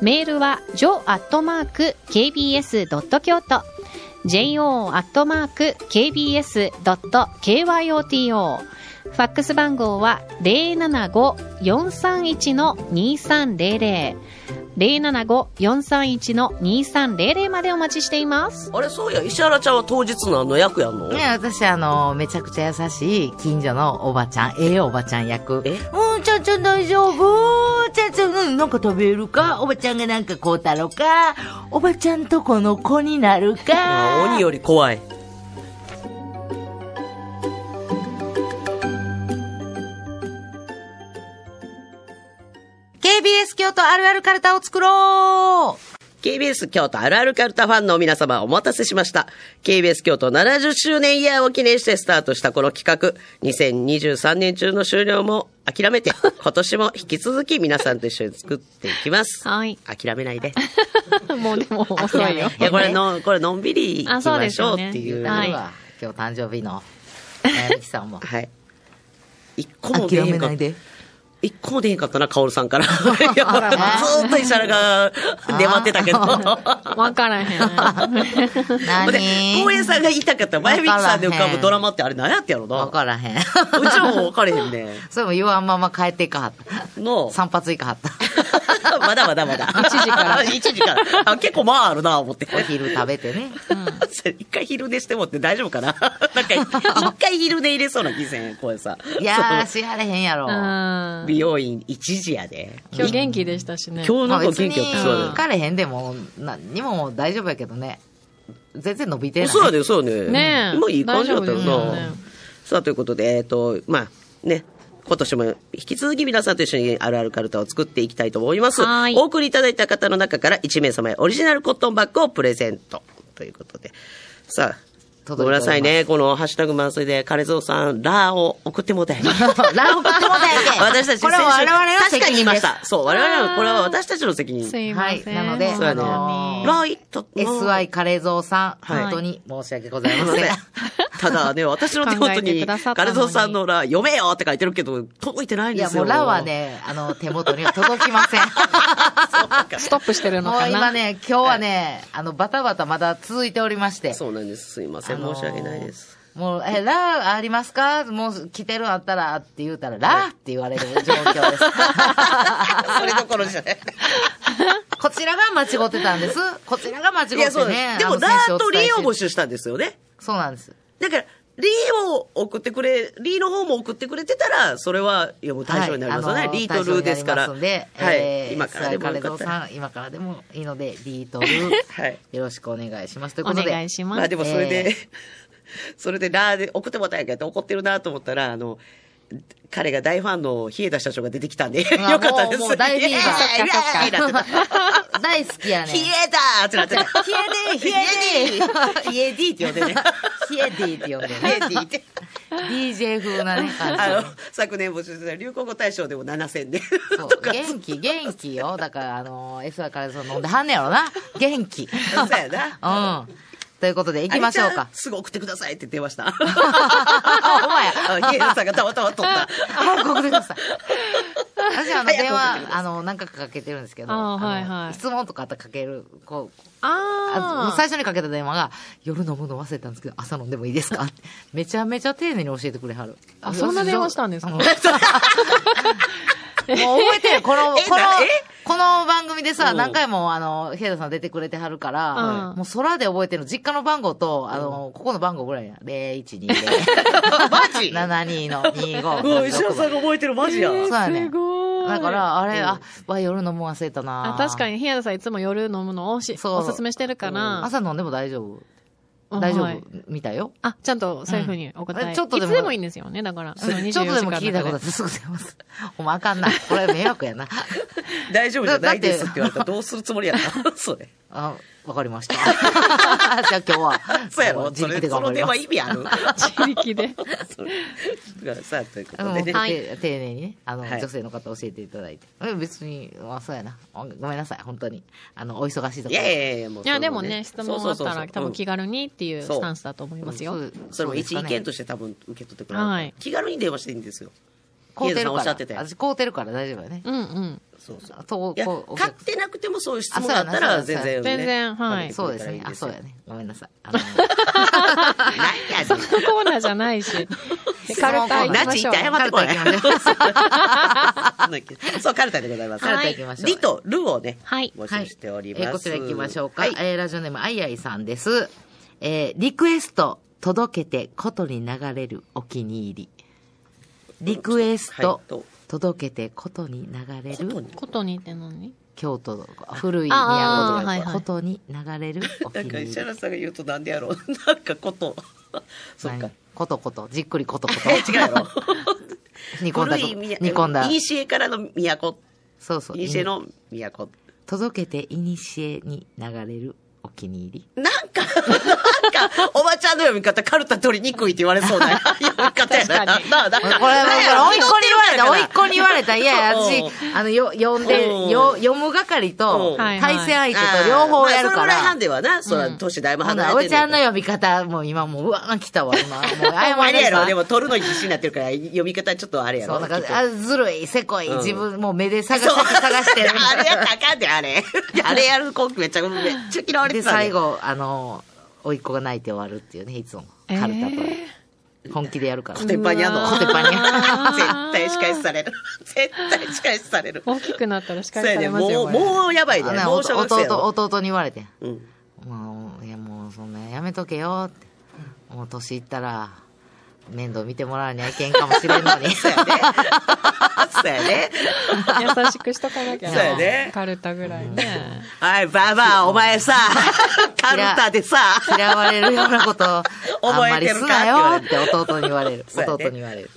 メールは jo.kbs.kyoto jo.kbs.kyoto ファックス番号は075-431-2300 075-431-2300までお待ちしています。
うぞあれ、そうや、石原ちゃんは当日何の役やんの
ね、私、あの、めちゃくちゃ優しい近所のおばちゃん、ええおばちゃん役。
え
うん、ちゃんちゃん大丈夫ちゃんちゃん、うんなんか食べるかおばちゃんがなんかこうたろかおばちゃんとこの子になるか
あ 鬼より怖い。
!KBS 京都あるあるカルタを作ろう
KBS 京都あるあるカルタファンの皆様お待たせしました。KBS 京都70周年イヤーを記念してスタートしたこの企画、2023年中の終了も諦めて、 今年も引き続き皆さんと一緒に作っていきます。
はい
諦め ないで。
もうで も遅いよ。
いや、これの、これのんびり行
あ
き
そう
ま
で
し
す
ょう
よ
っ
ね
ていう。
あ
は。
はい
るわ、今日誕生日の、えー、ゆきさんも。
一個も出へんかった。一個も出へんかったな、カオルさん から。いやずーっと石原が出待ってたけど。
わから へ ん。
ほんで、光栄さんが言いたかった、前道さんで浮かぶドラマってあれ何やってやろな。
わからへん。
うちらも分かれへんね。
それも言わんまま帰っていかはっ
の
た。散髪いかは った。
まだまだまだ。1時 から。1時から。あ結構まああるな、思って。
お昼食べてね。
それ一回昼寝してもって大丈夫かな なんか、一回昼寝入れそうな気せん、これさ。
いやー、しはれへんやろ。
その
ま
うん
美容院1時やで。
今日元気でしたしね。
今日な
あ
んか
別
元
に、
気よくそう
行かれへんでも、何にも大丈夫やけどね。全然伸びて
や
な
ね。
い。
そうやで、そうやね。
ねえ
もういい感じだったよ
大丈夫
な。
ですよね
さあ、ということで、えっと、まあ、ね。今年も引き続き皆さんと一緒にあるあるカルタを作っていきたいと思います。
はい
お送りいただいた方の中から1名様へオリジナルコットンバッグをプレゼント。ということで。さあ、ご
届いております
めんなさいね。このハッシュタグ満載で、カレゾウさん、ラーを送ってもう たよね。
ラブコってもだよね。
私たち
これは我々の
確
責
かに言い
任
ま
で
し
す。
た。そう、我々の、これは私たちの責任。
す
そう
いま
は
せ
い。
ん。
なので、
や
あ
ね。
のー、
ライト。
SY カレーゾーさん、
はい
本当に申し訳ございません。
ただね、私の手元
考えて
に、
くださった
ガ
の
ルゾー
に
さんのラ、読めよって書いてるけど、届いてないん
い
で
や、
す
も
よ。
うラは。ね、あの、手元には届きま せん。
ストップしてるの
もう
か
今
な。
ね、今日はね、あの、バタバタまだ続いておりまして。
そうなんです。すいませ
あ
ん。
のー
申し訳ないです。。
もう、え、ラーありますかもう来てるんあったらって言うたら、ラーって言われる状況です。
それどころじゃ ない。
こちらが間違ってたんです。こちらが間違って
い
ね
や、そうで。す。でも、
あの
ラ
選手
ー
お
とリ
伝えし
ー
て
を募集したんですよね。
そうなんです。
だから、リーを送ってくれ、リーの方も送ってくれてたら、それは、いや、もう対象になりますよね。
はいあの
リーとルーですから。
対象になりますんで、
はい。今
今
か
から
で
らで
も
も
よかったら。
さん、今からでもいいので、リーとルー、
はい。
よろしくお願いします。というこ
お
とで、
願いし
ま
ま
あ
す
で。もそれで、 それでラーで送ってもらったんやけど怒ってるなと思ったら、あの、彼が大ファンの日枝社長が出てきたん で、よ
あ
かったです。
もうもう大フィーバー
イエーイイエーイなってた。
大好きやね。
冷えたってなってた。冷
冷えで
えで冷えでって呼んでね。
ヒエディって呼んで
冷
ね
え。でって。
DJ 風なね、
あ
感
の、昨年募集してた流行語大賞でも7000で。
じ。そう
とか。
元気、元気よ。だから、あの、S はからその飲んではんねやろな。元気。
そうやな。
うん。ということで、行きましょう
あれ
か
じゃあ。すぐ送ってくださいって出 ました。
あ、 ほんまや。
ヒエダさんがたまたま撮 った。
あ、ごめんなさい。私、あ
早
の、
く送っ
電
てく
話、あの、何回かかけてるんですけど、
あー
あの
はいはい
質問とかあったらかける、こう、あ
あ
最初にかけた電話が、夜飲むの忘れたんですけど、朝飲んでもいいですかってめちゃめちゃ丁寧に教えてくれはる。
あ。あ、そんな電話したんです か
もう覚えてる。この、この
えなえ、
この番組でさ、
うん
何回も、あの、平田さん出てくれてはるから
う、ん
もう空で覚えてるの。実家の番号と、あの、ここの番号ぐらいや。0120。
マジ
72の
う
25。
ん、石原さんが覚えてるマジや。
そうやね
すごい。
だから、あれ、あ、わ、夜飲む忘れたな
あ、確か。に、平田さんいつも夜飲むのをし
そう
おすすめしてるから、
朝飲んでも大丈夫。
うん
大丈
はい
夫みたいよ。
あ、ちゃんとそういうふうにお答
う
え。
ん
い
ちょっとでも
つでもいいんですよね、だから。そ
ちょ
の
っ
24
とでも
時
聞い
間
たことあっ
の中
てすぐ出ます。お前あかんな。これ迷惑やな。
大丈夫じゃない
だだ
で
っ
す
て
って言われたらどうするつもりやった それ。
あ、わかりました。 じゃあ今日は、
そうやろ
自
そ
力
れ、
で
そ
頑張
の
り
電
ま
話
す。
意味ある
自力で。
だからさあ、というこ
あの
とでね。
もうて丁寧にね、あの、
はい
女性の方教えていただいて。え別に、あ、そうやな。あごめんなさい、本当に。あの、お忙しいところ。
いやいやいや、もう
い
そ
や、
れ
でもね、質問あったら多分気
が。
軽にっていう
そう
スタンスだと思いますよ。
そう
それも一意見と
して。
して多分受け取ってくれる、
はい
気軽に電話していいんですよ。
買う
ヒ
て
デさん
る
おっ
か
しゃ
ら。
ってたやん
私、買うてるから大丈夫やね。
うんうん。
そうそう。
と
いや、
こうお
買っ
客
てなくてもそういう質問があったら
あそう
全
やな
然、ね。
全然はい
あの
そうですね。あ、そうや。ね。ごめんなさい。 あの、
なんやねん。
そのコーナーじゃな いし。カルタ行き
ナ
ま
チ
し
行
ょ
っ
う。
て謝ってこい
カルタ行きましょう。
そう、カルタでございます。
カルタ行きましょう
リとルをね、
はい
募集しております。
はいえーこちら行きましょうか。
はい
えーラジオネーム、あいあいさんです。えーリクエスト、届けて、ことに流れるお気に入り。リクエスト、
はい
届けて、ことに流れる、
ことにって何
京都の古い
あ
都
ーはい
で、
はい
ことに流れるお気
なん
に
か
入り
石。原さんが言うとなんでやろう なんかこと。そっか
何。ことこと、じっくりことこと。
え、 違うやろ。
煮込んだ
古いみや、
煮込んだ
い。にしえからの都。
そうそう。
いにしえの都。
届けて、いにしえに流れるお気に入り。
なんか、 なんか、おばちゃんの読み方、カルタ 取りにくいって言われそうな読み方やな。なあ、だから。
これ、これ、おいっ子に言われた、おいっ子に言われれたら嫌や。私、あの、よ、読ん
うん
で、よ、読む係と、
うん
対戦相手と両方やる
まあそれぐ
から
い
ら。
判ではな、そら、年だいぶ
ほ
離
な、
れ
お
て
ち
ね
ゃんの呼び方も今もう、うわ、来たわ、 今。もう、謝
あれ
り
やろ、
さ
でも取るのに自信になってるから、読み方ちょっとあれや
そ
ろ。
う、なんか
きっ、と
あ、ずるい、せこい、
うん
自分、もう目で探し
そう
探してる み
あ
たい
れや
な
ったらあかんで、あれ。あれやる子めっちゃ、めっちゃ嫌われ
で、
てた
最
で。
後、あの、甥いっ子が泣いて終わるっていうね、いつも。カルタと。本気でやるから。
コテパにやんの。
コテパにやん
絶対仕返しされる。絶対仕返しされる。
大きくなったら仕
そ
返
う
し
や
さ
ね、
れ
も
ますよ。
う、
これ
もうやばいね。
あ
もう小学生や
弟、
ろ。
弟に言われて。
うん。
もう、いやもう、そんなやめとけよって。もう年いったら、面倒見てもらわにゃいけんかもしれんの に。
そう やね。そうやね。
優しくしとかなきゃ
そうやね
な。カルタぐらいね。
はい、ばあばあ、お前 さ、カルタでさ、
嫌われるようなこと、あんま
覚え
り
て
す
る
な
か
よ
っ
ってて弟に言われる。
そうやね
弟に言われる。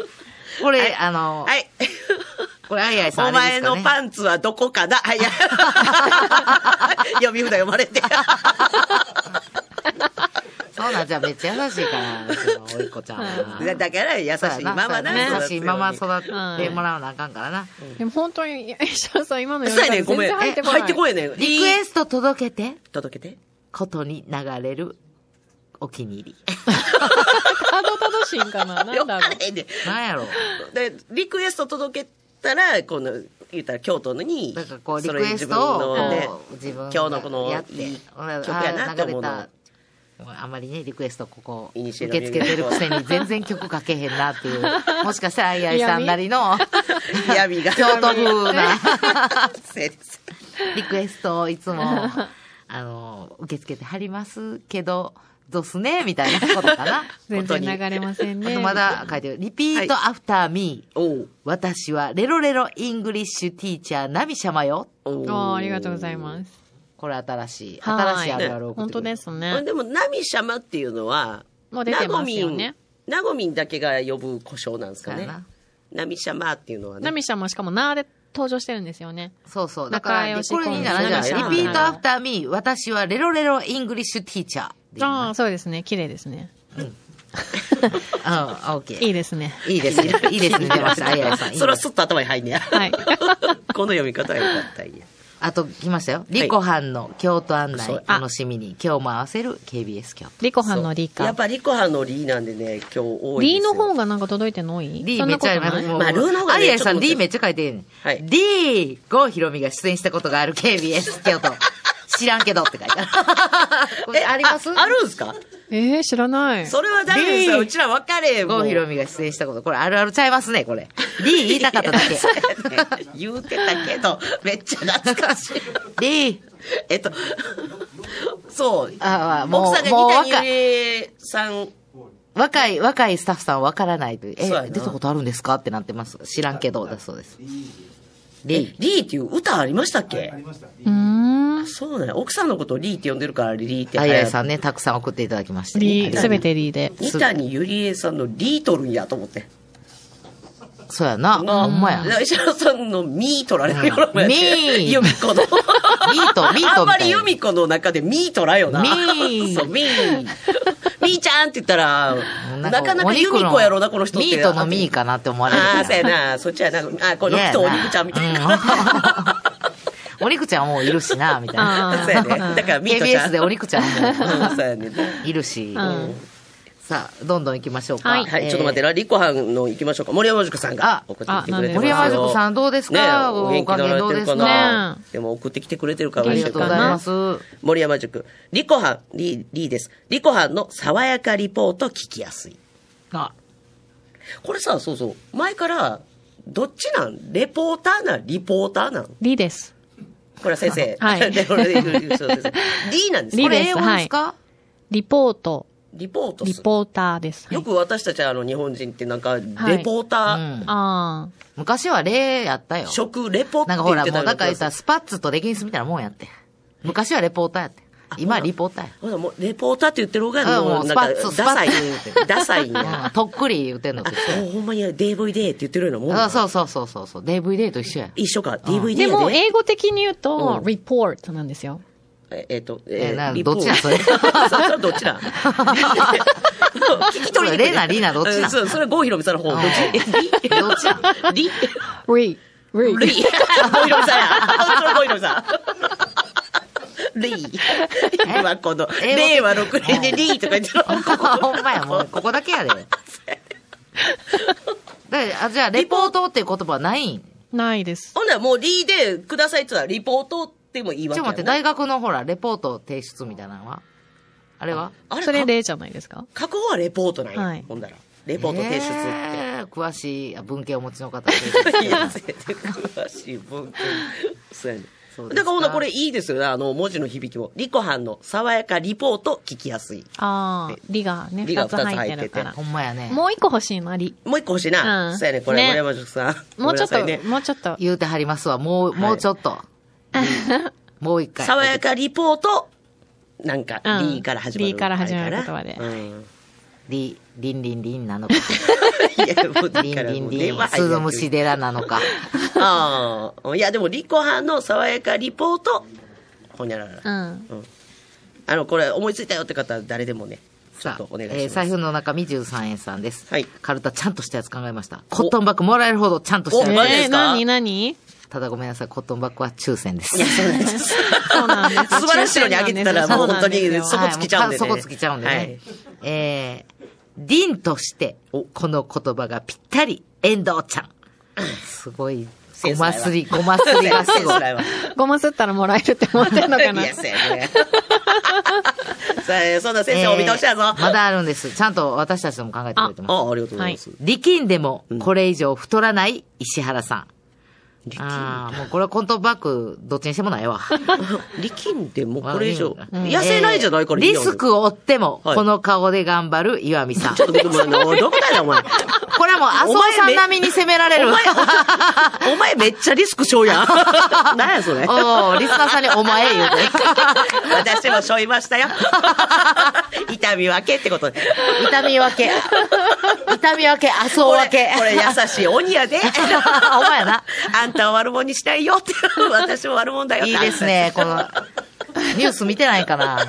これ、あの、
はい。
これ、あいあいさん
お
あ
前
れですかね。
のパンツはどこかな あいや読み札読まれて。
そうなんじゃめっちゃ優しいから、うちのおいっ子ちゃん は。
だから優しいままな。
優しいまま育
う
ってもらわなあかんからな。
でも本当に、石原さん、今の
やねん、ご
全
めん。
然入
え
ってこない。
入ってこいねん。
リクエスト届けて、
届けて。
ことに流れるお気に入り。
たどたどしいんかなな ん
よ
だ
か
ろう。
れで。
なんやろう。
で、リクエスト届けたら、この、言ったら京都のに、
なんかこう、リ
そ
ク
れ
エストを
自分のね
こう、自分
今日のこの
がやって、
いい
ほら
曲やな
あー
と思うの
流れたもうあんまりね、リクエストここ、
イニ
受
シエ
け
の
付けてるくせに全然曲かけへんなっていう。もしかしたら、あいあいさんなりの、
闇が。
京都 風な
そうです
リクエストをいつも、あの、受け付けてはりますけど、どうすねみたいなこと かな。
全然流れません
あ
ね。
と まだ書いてる。リピートアフターミー。
おう
私はレロレロイングリッシュティーチャーナミシャマよ。
おう
あーありがとうございます。
これ新しい。
はい
新しいあるあるを送っ
本
てく
当
れ
で
る
すね。
でも、ナミシャマっていうのは、
もう出てますよね。
ナゴミンナゴミンだけが呼ぶ故障なんですか
そう
ね
やな。
ナミシャマっていうのはね。
ナミシャもしかもナーで登場してるんですよね。
そうそう。だから、
仲良し
これにならないじゃ
コ
ん。
ンビ
リ
ニ
ピートアフターミー。私はレロレロイングリッシュティーチャー。
ああ、そうですね。綺麗ですね。
あ。うん、オッケ
い
ー。
いですね。
い いですね。いいですね。出ました。あややさん。いい
それは
です
すっと頭に入んねや。
は い。
この読み方がよかったんや。
あと、来ましたよ。リコハンの京都案内、
そう
楽しみに。今日も合わせる KBS 京都。
リコハンのリー
や
か
っ。ぱリコハのリーなんでね、今日多いです
リー
よ。
の 方がなんか届いてんの多い
リ
そ
ー
ん
め
な
っ
こ
ちゃ
と
ありま
な
す。
い
もう
まあルーの方がね
あややさ
ちょっと持
ん、
って
D めっちゃ書いてんねん。
はい
D、郷ひろみが出演したことがある KBS 京都。知らんけどって書 いてある。 これあります
あるんすか
えー、知らない。
それはダメですよ。う
リー
ちら分かれへんも
郷
ん。
ひろみが出演したこと。これあるあるちゃいますね、これ。D 言いたかっただ け。
言うてたけど、めっちゃ懐か しい。
D、
えっと、そう。
ああ、も
奥さん
う、もう
が二
若
谷
い、
由恵さん、
若い、若いスタッフさんわからないという。え
そうやな、
出たことあるんですかってなってます。知らんけど、だそうです。D。
リーっていう歌ありましたっけ
ありました。
うーん。
そうだよ。奥さんのことをリーって呼んでるから、リーって。
あややさんね、たくさん送っていただきまして。あ
リ
りが
ー、
と
す
う
べてリーで。
二谷ゆりえさんのリー取るんやと思って。
そうやな。ほんまや。
石原さんのミー取られるようなもんやって
ミー
由美子の。ミ
ーとミーとみたいな
あんまり由美子の中でミー取らよな。
ミー
そう、ミー。ミーちゃんって言ったら、
ん
なかなか由美子やろな、この人って。
ミートのミーかなって思われる。
ああ、そうやな。そっちやな。あこの人お肉ちゃんみたい
嫌や
な。
お肉ちゃんもういるしな、みたいな。
あ
そうやね。だからミートちゃん。
KBS でお肉ちゃんも
うんそうやね。
いるし。
ん
さあ、どんどん行きましょうか。
はい
はい、ちょっと待って
て。
な。リコハンの行きましょうか。森山塾さんが
あ
送ってきてくれてますよ。
森山塾さんどうですか
ねえ
お
お元気になられてるか
おかげどうです
な
か
でも送ってきてくれてるから
あ
嬉
り
し
が
い
と
か
うござい
な
ます。は
森山塾。リコハン、リ、リです。リコハンの爽やかリポート聞きやすい。
あ
これさ、そうそう。前から、どっちなんレポーターなんリポーターなん
リーです。
これは先 生。
は い
でこれでそうです D なんです
リ
こ
ー
れ
です。はい。
か
リポート、
リポート
リ
する。
ポーターです。はい
よく私たちあの日本人ってなんか、レ
い
ポータ
う
ー、
ん。
あ
昔は例やったよ。
食レポって
なん
言
か
って
ほ
たよう
ら、もうだ
な気
から
が
言っ
す
た
る
らスパッツとレギンスみたいなもんやって。昔はレポーターやって。今はリポーターや。
ほらもうレポーターって言ってる方が、
うん
もう
もう
なんか、
スパッツ
ダサい
スパッツ言うて。る
ダサいん
うん
や。
とっくり言うてんのと一緒
あ
や
ほんまに DVD って言ってるようなもん
あ
だ
そうそうそうそうそう。DVD と一緒や。
一緒か、
あ。
DVD
で
や
も、
で。
英語的に言うと、
うん
リポートなんですよ。
ええっと、
えな
リポー
どっちだそ れ
それどっ ちだ聞き取りにくいね
レナリナどっち
う
だ
んそう、それ郷ひろみさんの方、どっち
どっちや
リ
リ、
ル
ルイ
イ。ボイロイさんや。それボイロイさん。ルイ。今この、
え
令和6年でルイとか言ってる。
ほんまや、もう、ここだ けやで。だあじゃあ、レポートっていう言葉はないん
ないです。
ほんならもうリーでくださいって言ったら、リポートでもいいわ
ち
け
ょっと
や
待って、
な
大学のほら、レポート提出みたいなのはあれは
あれ
それ
か
例じゃないですか
過去はレポートなんや。
はい
ほんだら。レポート提出って。
えー詳しいあ文献をお持ちの 方。
いや、全然詳しい文献。そうやね。
そう
だ
で
から
すか
ほんならこれいいですよね。あの、文字の響きも。リコハンの爽やかリポート聞きやすい。
ああ、リがね、
リが
二
二つ
つ
入ってて
入ってるから
ほ。んまやね。
もう一個欲しいの、リ。
もう一個欲しいな。
うん
そうやね、これ、
ね
森山塾さん。
もうちょっ
ご
と、
めんなさいね
もうちょっと。
言うてはりますわ。もう、もうちょっ と。もう一回。
爽やかリポート、なんか、
うん
リーから始まる。
リーから始まる言葉で
うん
り、りんりんりんなのか。
いや、もう だ
りん
から
り
も
ん
う
り
電話
ん。
入
鈴
る
虫寺なのか。
ああ。いや、でも、リコ派の爽やかリポート、ほにゃらら。
うん。
あの、これ、思いついたよって方、誰でもね、ちょっ
さあ
とお願い
えー
しま
財
す。
布の中23円さんです。
はい
カルタちゃんとしたやつ考えました。コットンバッグもらえるほどちゃんとし
お
たや
マジで
え
す
ー、
か
何何
つ。ただごめんなさい、コットンバッグは抽選です。
そうなんですよ。
素晴らしいのにあげてたら、もう本当に
抽選なんです
そ
よ
こつきちゃうんでね。
はいもうかそこつきちゃうん
はい
でね。えー、凛として、この言葉がぴったり、遠藤 ちゃん。すごい、ごますり、ごますりがすごい。
ごますったらもらえるって思ってん のかな。
いや、そうやね。さあえー、そんな先生お見通しやぞ。
えーまだあるんです。ちゃんと私たちでも考えてくれてます。
あ、ありがとうございます。
力んでも、これ以上太らない石原さん。
力ん
ああ、もうこれはコントバッグ、どっちにしてもないわ。
力んで もこれ以上、
うん
痩せないじゃないからいい
リ
やん
スクを負っても、
はい
この顔で頑張る岩見さん。
ちょっと待って、お前おいどこだよ、お前。
これはもう、麻生さん並みに責められる。
お前、お前めっちゃリスクしょうやん。何やそれ。
おーリスナーさんにお前言うて。
私もしょいま したよ。痛み分けってことで。
痛み分け。 痛み分け、麻生
こ
分け
れ、。これ優しい鬼やで。
ほんまやな。
あんたは悪者にしないよ って。私も悪者だよって
いいです ね、この、ニュース見てないかな。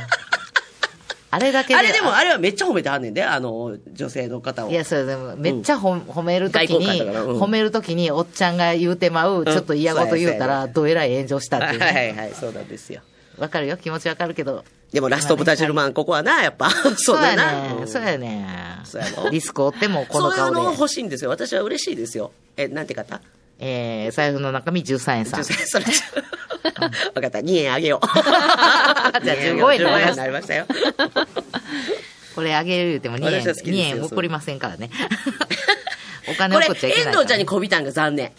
あれだけで。
あれでも、あれはめっちゃ褒めてはんねんで、あの、女性の方を。
いや、それでも、めっちゃほん褒めるときに
外交官だからうん、
褒めるときに、おっちゃんが言うてまう、ちょっと嫌こと言
そうや
うた
そうや
ら、どえらい炎上したって
はいいうは
ね。
いはい、そうなんですよ。
わかるよ、気持ちわかるけど。
でもラストブタジルマン、ここはな、やっぱ。そうだな。
ね。
ん
そうやね。
そうやろ
リスクを負っても、こ
そ
の
ういうの
顔で。
欲しいんですよ。私は嬉しいですよ。え、なんて方
えー、財布の中身13円
ち
さ
ょ
ん。
それ、ちょ分かった。2円あげよ う。じゃあ
15円になりました
になりましたよ。
これあげる言うても2円、
私は好きです
2
よ
円送りません からね。お金
これ
送っちゃいけ
遠
ないから。
藤ちゃんにこびたんが残念。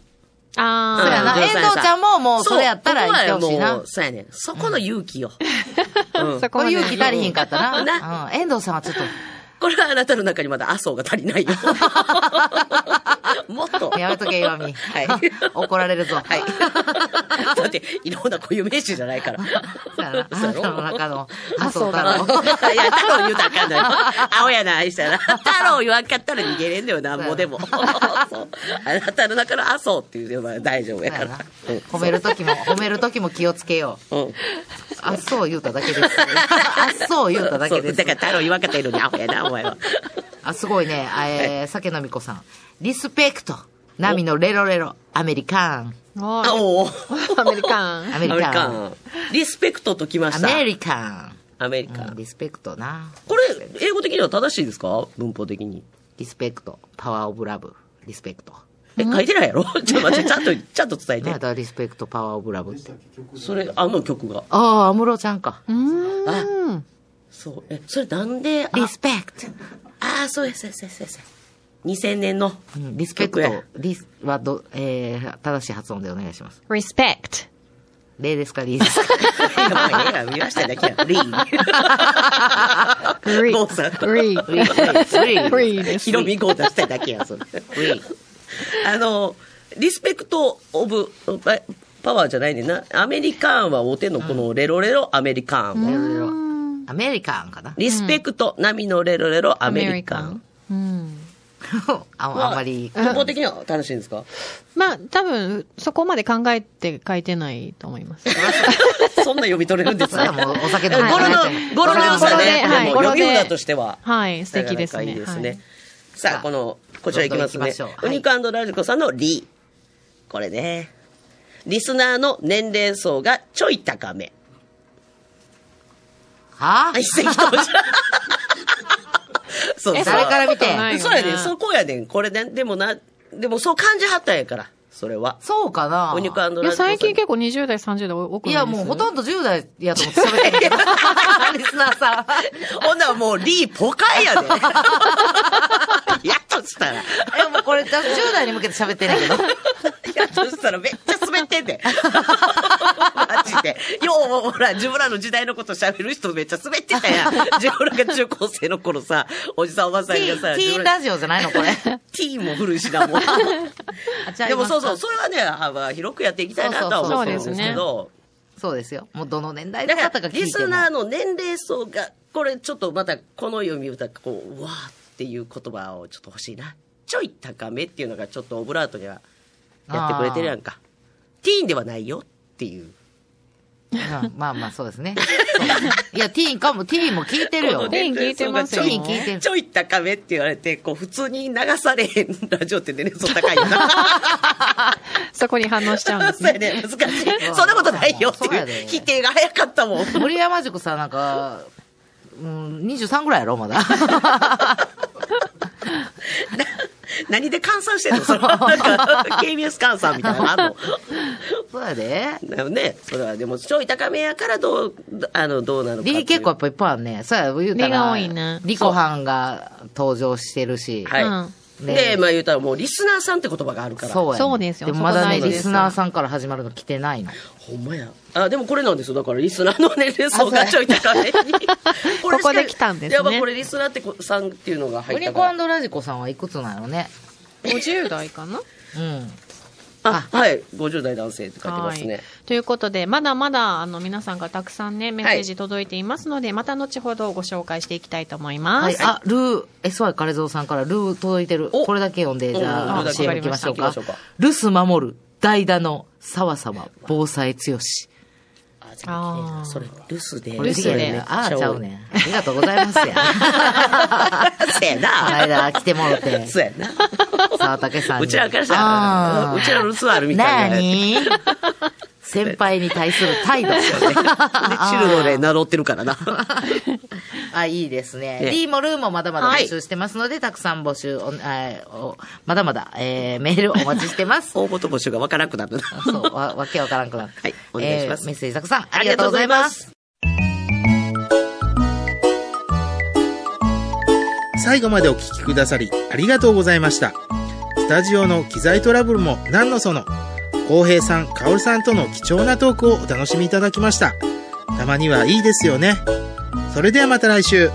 あ
そう
あ、
やな。
うん
遠藤ちゃんももうそれやった
そ
ら
うここ
言
は
ってほし
も
いな
う。そうやねん。そこの勇気よ。うん
そ
こ
こま
れ
で
勇気足りひんかった
うん
な。うん。遠藤さんはちょっと。
これはあなたの中にまだ麻生が足り ないよ。もっと。
やめとけ、岩見。
はい
怒られるぞ。
はい。だって、いろんな固有名詞じゃないから。
そうやな。あ
そう
な
やろ
たの 中の麻生
そ
太
うだな
郎。
いや、太郎言うたらあかんのよ。青やな、あいつやな。太郎言わんかったら逃げれんのよ、なんぼでも。 そうあなたの中の麻生っていうのは大丈夫や
そう
か
や
ら
な。
うん
褒めるときも、褒めるときも気をつけよう。
うん。
あっそう言うただけです。あっそう言うただけです
そう。から太郎言わんかったらいいのに、青やな、お前は。
あ、すごいね。あえー、酒飲み子さん。リスペクト。波のレロレロ。アメリカン。
あ、
お
おお。
ーアメリカン。
ア
ア
メリカン。
ン。リスペクトときま
ア
した。
メリカン。
アメリカ
うん
ン。
リスペクトな。
これ、英語的には正しいですか文法的に。
リスペクト。パワーオブラブ。リスペクト。
え、書いてないやろちょっと待って、ちゃんと、ちゃんと伝え
何や
て
っ。たらリスペクト、パワーオブラブって。
それ、あの曲が。
ああ、安室ちゃんか。
うん。
そう。え、それなんで、あ
リスペクト。
ああ、そうや、そうや、そうや、そうや。2000年の。
うんリスペク
曲や
ト。リスはど、えー、正しい発音でお願いします。
respect.
例ですか、リですか。
いやまあ映画見ましただけ や。リー。
Re-
ゴーさん。
re-
リ
re です
ヒロミゴー出したいだけや、それ。リー。あの、リスペクト・オブ・パパワーじゃないねんな。アメリカンはお手のこのレロレロアメリカン。
レロレロアメリカンかな。
リスペクト、波のレロレロアメリカ
American.
ン。
うん。
ああんまり。
一方的には楽しいんですか
まあ、多分、そこまで考えて書いてないと思います。
そんな読み取れるんです
そ
ね
れは。もうお酒飲
ゴ
んで
ロの
はい、
ゴロの良さ
ゴロで
ね。
はい
でも
ゴロ
読
で
み札としては。
はい、素敵ですね。
なかなかいいですね。
はい
さあ、この、こちらいきます
どんどん行きま
ね
しょう。
ウ
はい
ニコラジコさんのリ。これね。リスナーの年齢層がちょい高め。
はあ
あ、一石投じゃん。そう
え、
そ
そうれから見て。
ないよね
そうやねんそこやねん。これね、でもな、でもそう感じはったんやから、それは。
そうかな
お肉ラジ
いや、
オさん
最近結構20代、30代多く
い
な
や、
いです
もうほとんど10代やと思って喋ってるけど。リスナーさん。
ほんならもう、リーポカイやで。 やっとしたら。
え、もうこれ、10代に向けて喋ってるけど。
やっとしたらめっちゃ滑ってん で。マジで。よう、ほら、自分らの時代のこと喋る人めっちゃ滑ってたやん。自分らが中高生の頃さ、おじさんおばさ
テ
ん
ィ
がさ、
ーンティーンラジオじゃない のこれ。
ティーンも古いしな、 もう。でもそうそう、それはね、幅広くやっていきたいなとは思ってるんですけど、
そうですよ。もうどの年代の
だか
方
ら、
が聞いても。
リスナーの年齢層が、これちょっとまた、この読み歌、こう、うわーっていう言葉をちょっと欲しいな。ちょい高めっていうのがちょっとオブラートにはやってくれてるやんか。ティーンではないよっていう。
うんまあまあ、そうですね。そうですねいや、ティーンかも、ティーンも聞いてるよ。
ティーン聞いてますよ
ティーン聞いてる
ちょい高めって言われて、こう、普通に流されへんラジオってね、そう高い よな。
そこに反応しちゃうんです
そうや
ね。
ね、難しい。そんなことないよって
そう
いう
や。で
否定が早かったもん。
森山塾さんなんか、うん、23ぐらいやろ、まだ。
何で換算してんのその、 なんか、KBS 換算みたいなのあんの
そうやで。
だよね。それはでも、ちょい高めやからどう、あの、どうなのかっていう。
リ結構やっぱいっぱいあるね。そうや、言うたら。
リが多いね
リコハンが登場してるし。
はい。
うん
で、まあ言うたらもう、リスナーさんって言葉があるから。
そうや、ね。
そうですよ
でもまだ
そこ大
ね、
事
リ
です
スナーさんから始まるの来てないの。
ほんまや。あ、でもこれなんですよ。だからリスナーの年齢層がちょい高めに。 これしか
ここで来たんですね
やばこれリスナーってこさんっていうのが入
ウ
った
ニ
から
コ。ラジコさんはいくつなのね。
50代かな
うん。
あ、はい。50代男性って書いてますね。
ということで、まだまだ、あの、皆さんがたくさんね、メッセージ届いていますので、また後ほどご紹介していきたいと思います。
はい。あ、ルー、SY カレゾウさんからルー届いてる。
お
これだけ読んで、じゃ
うん
あ、
うん
CM 行きましょう
わ
か
かりました。
留守守る、代打の、沢様、防災強し。
あ、じゃあ
あー
それ、留守で。
留守で
めっちゃ
ああ、ちゃうねん。ありがとうございますや。
そうやな。
代打来てもろて。
そうやな。
沢竹さんに。
うちらからしたら、
あ
う
ー
ちらの留守あるみた
ない
な。
ーに先輩に対する態度。
で、チルドレン名乗ってるからな。
あ、いいですね。
ね
D もルーもまだまだ募集してますので、たくさん募集お、あおまだまだ、えーメールお待ちしてます。
応募と募集がわからなくなるな。
そう、わ、わけわからんくなった。
はい お願いします
えーメッセージたくさんありがとうございます。
最後までお聞きくださりありがとうございました。スタジオの機材トラブルも何のその、浩平さん、カオルさんとの貴重なトークをお楽しみいただきました。たまにはいいですよね。それではまた来週。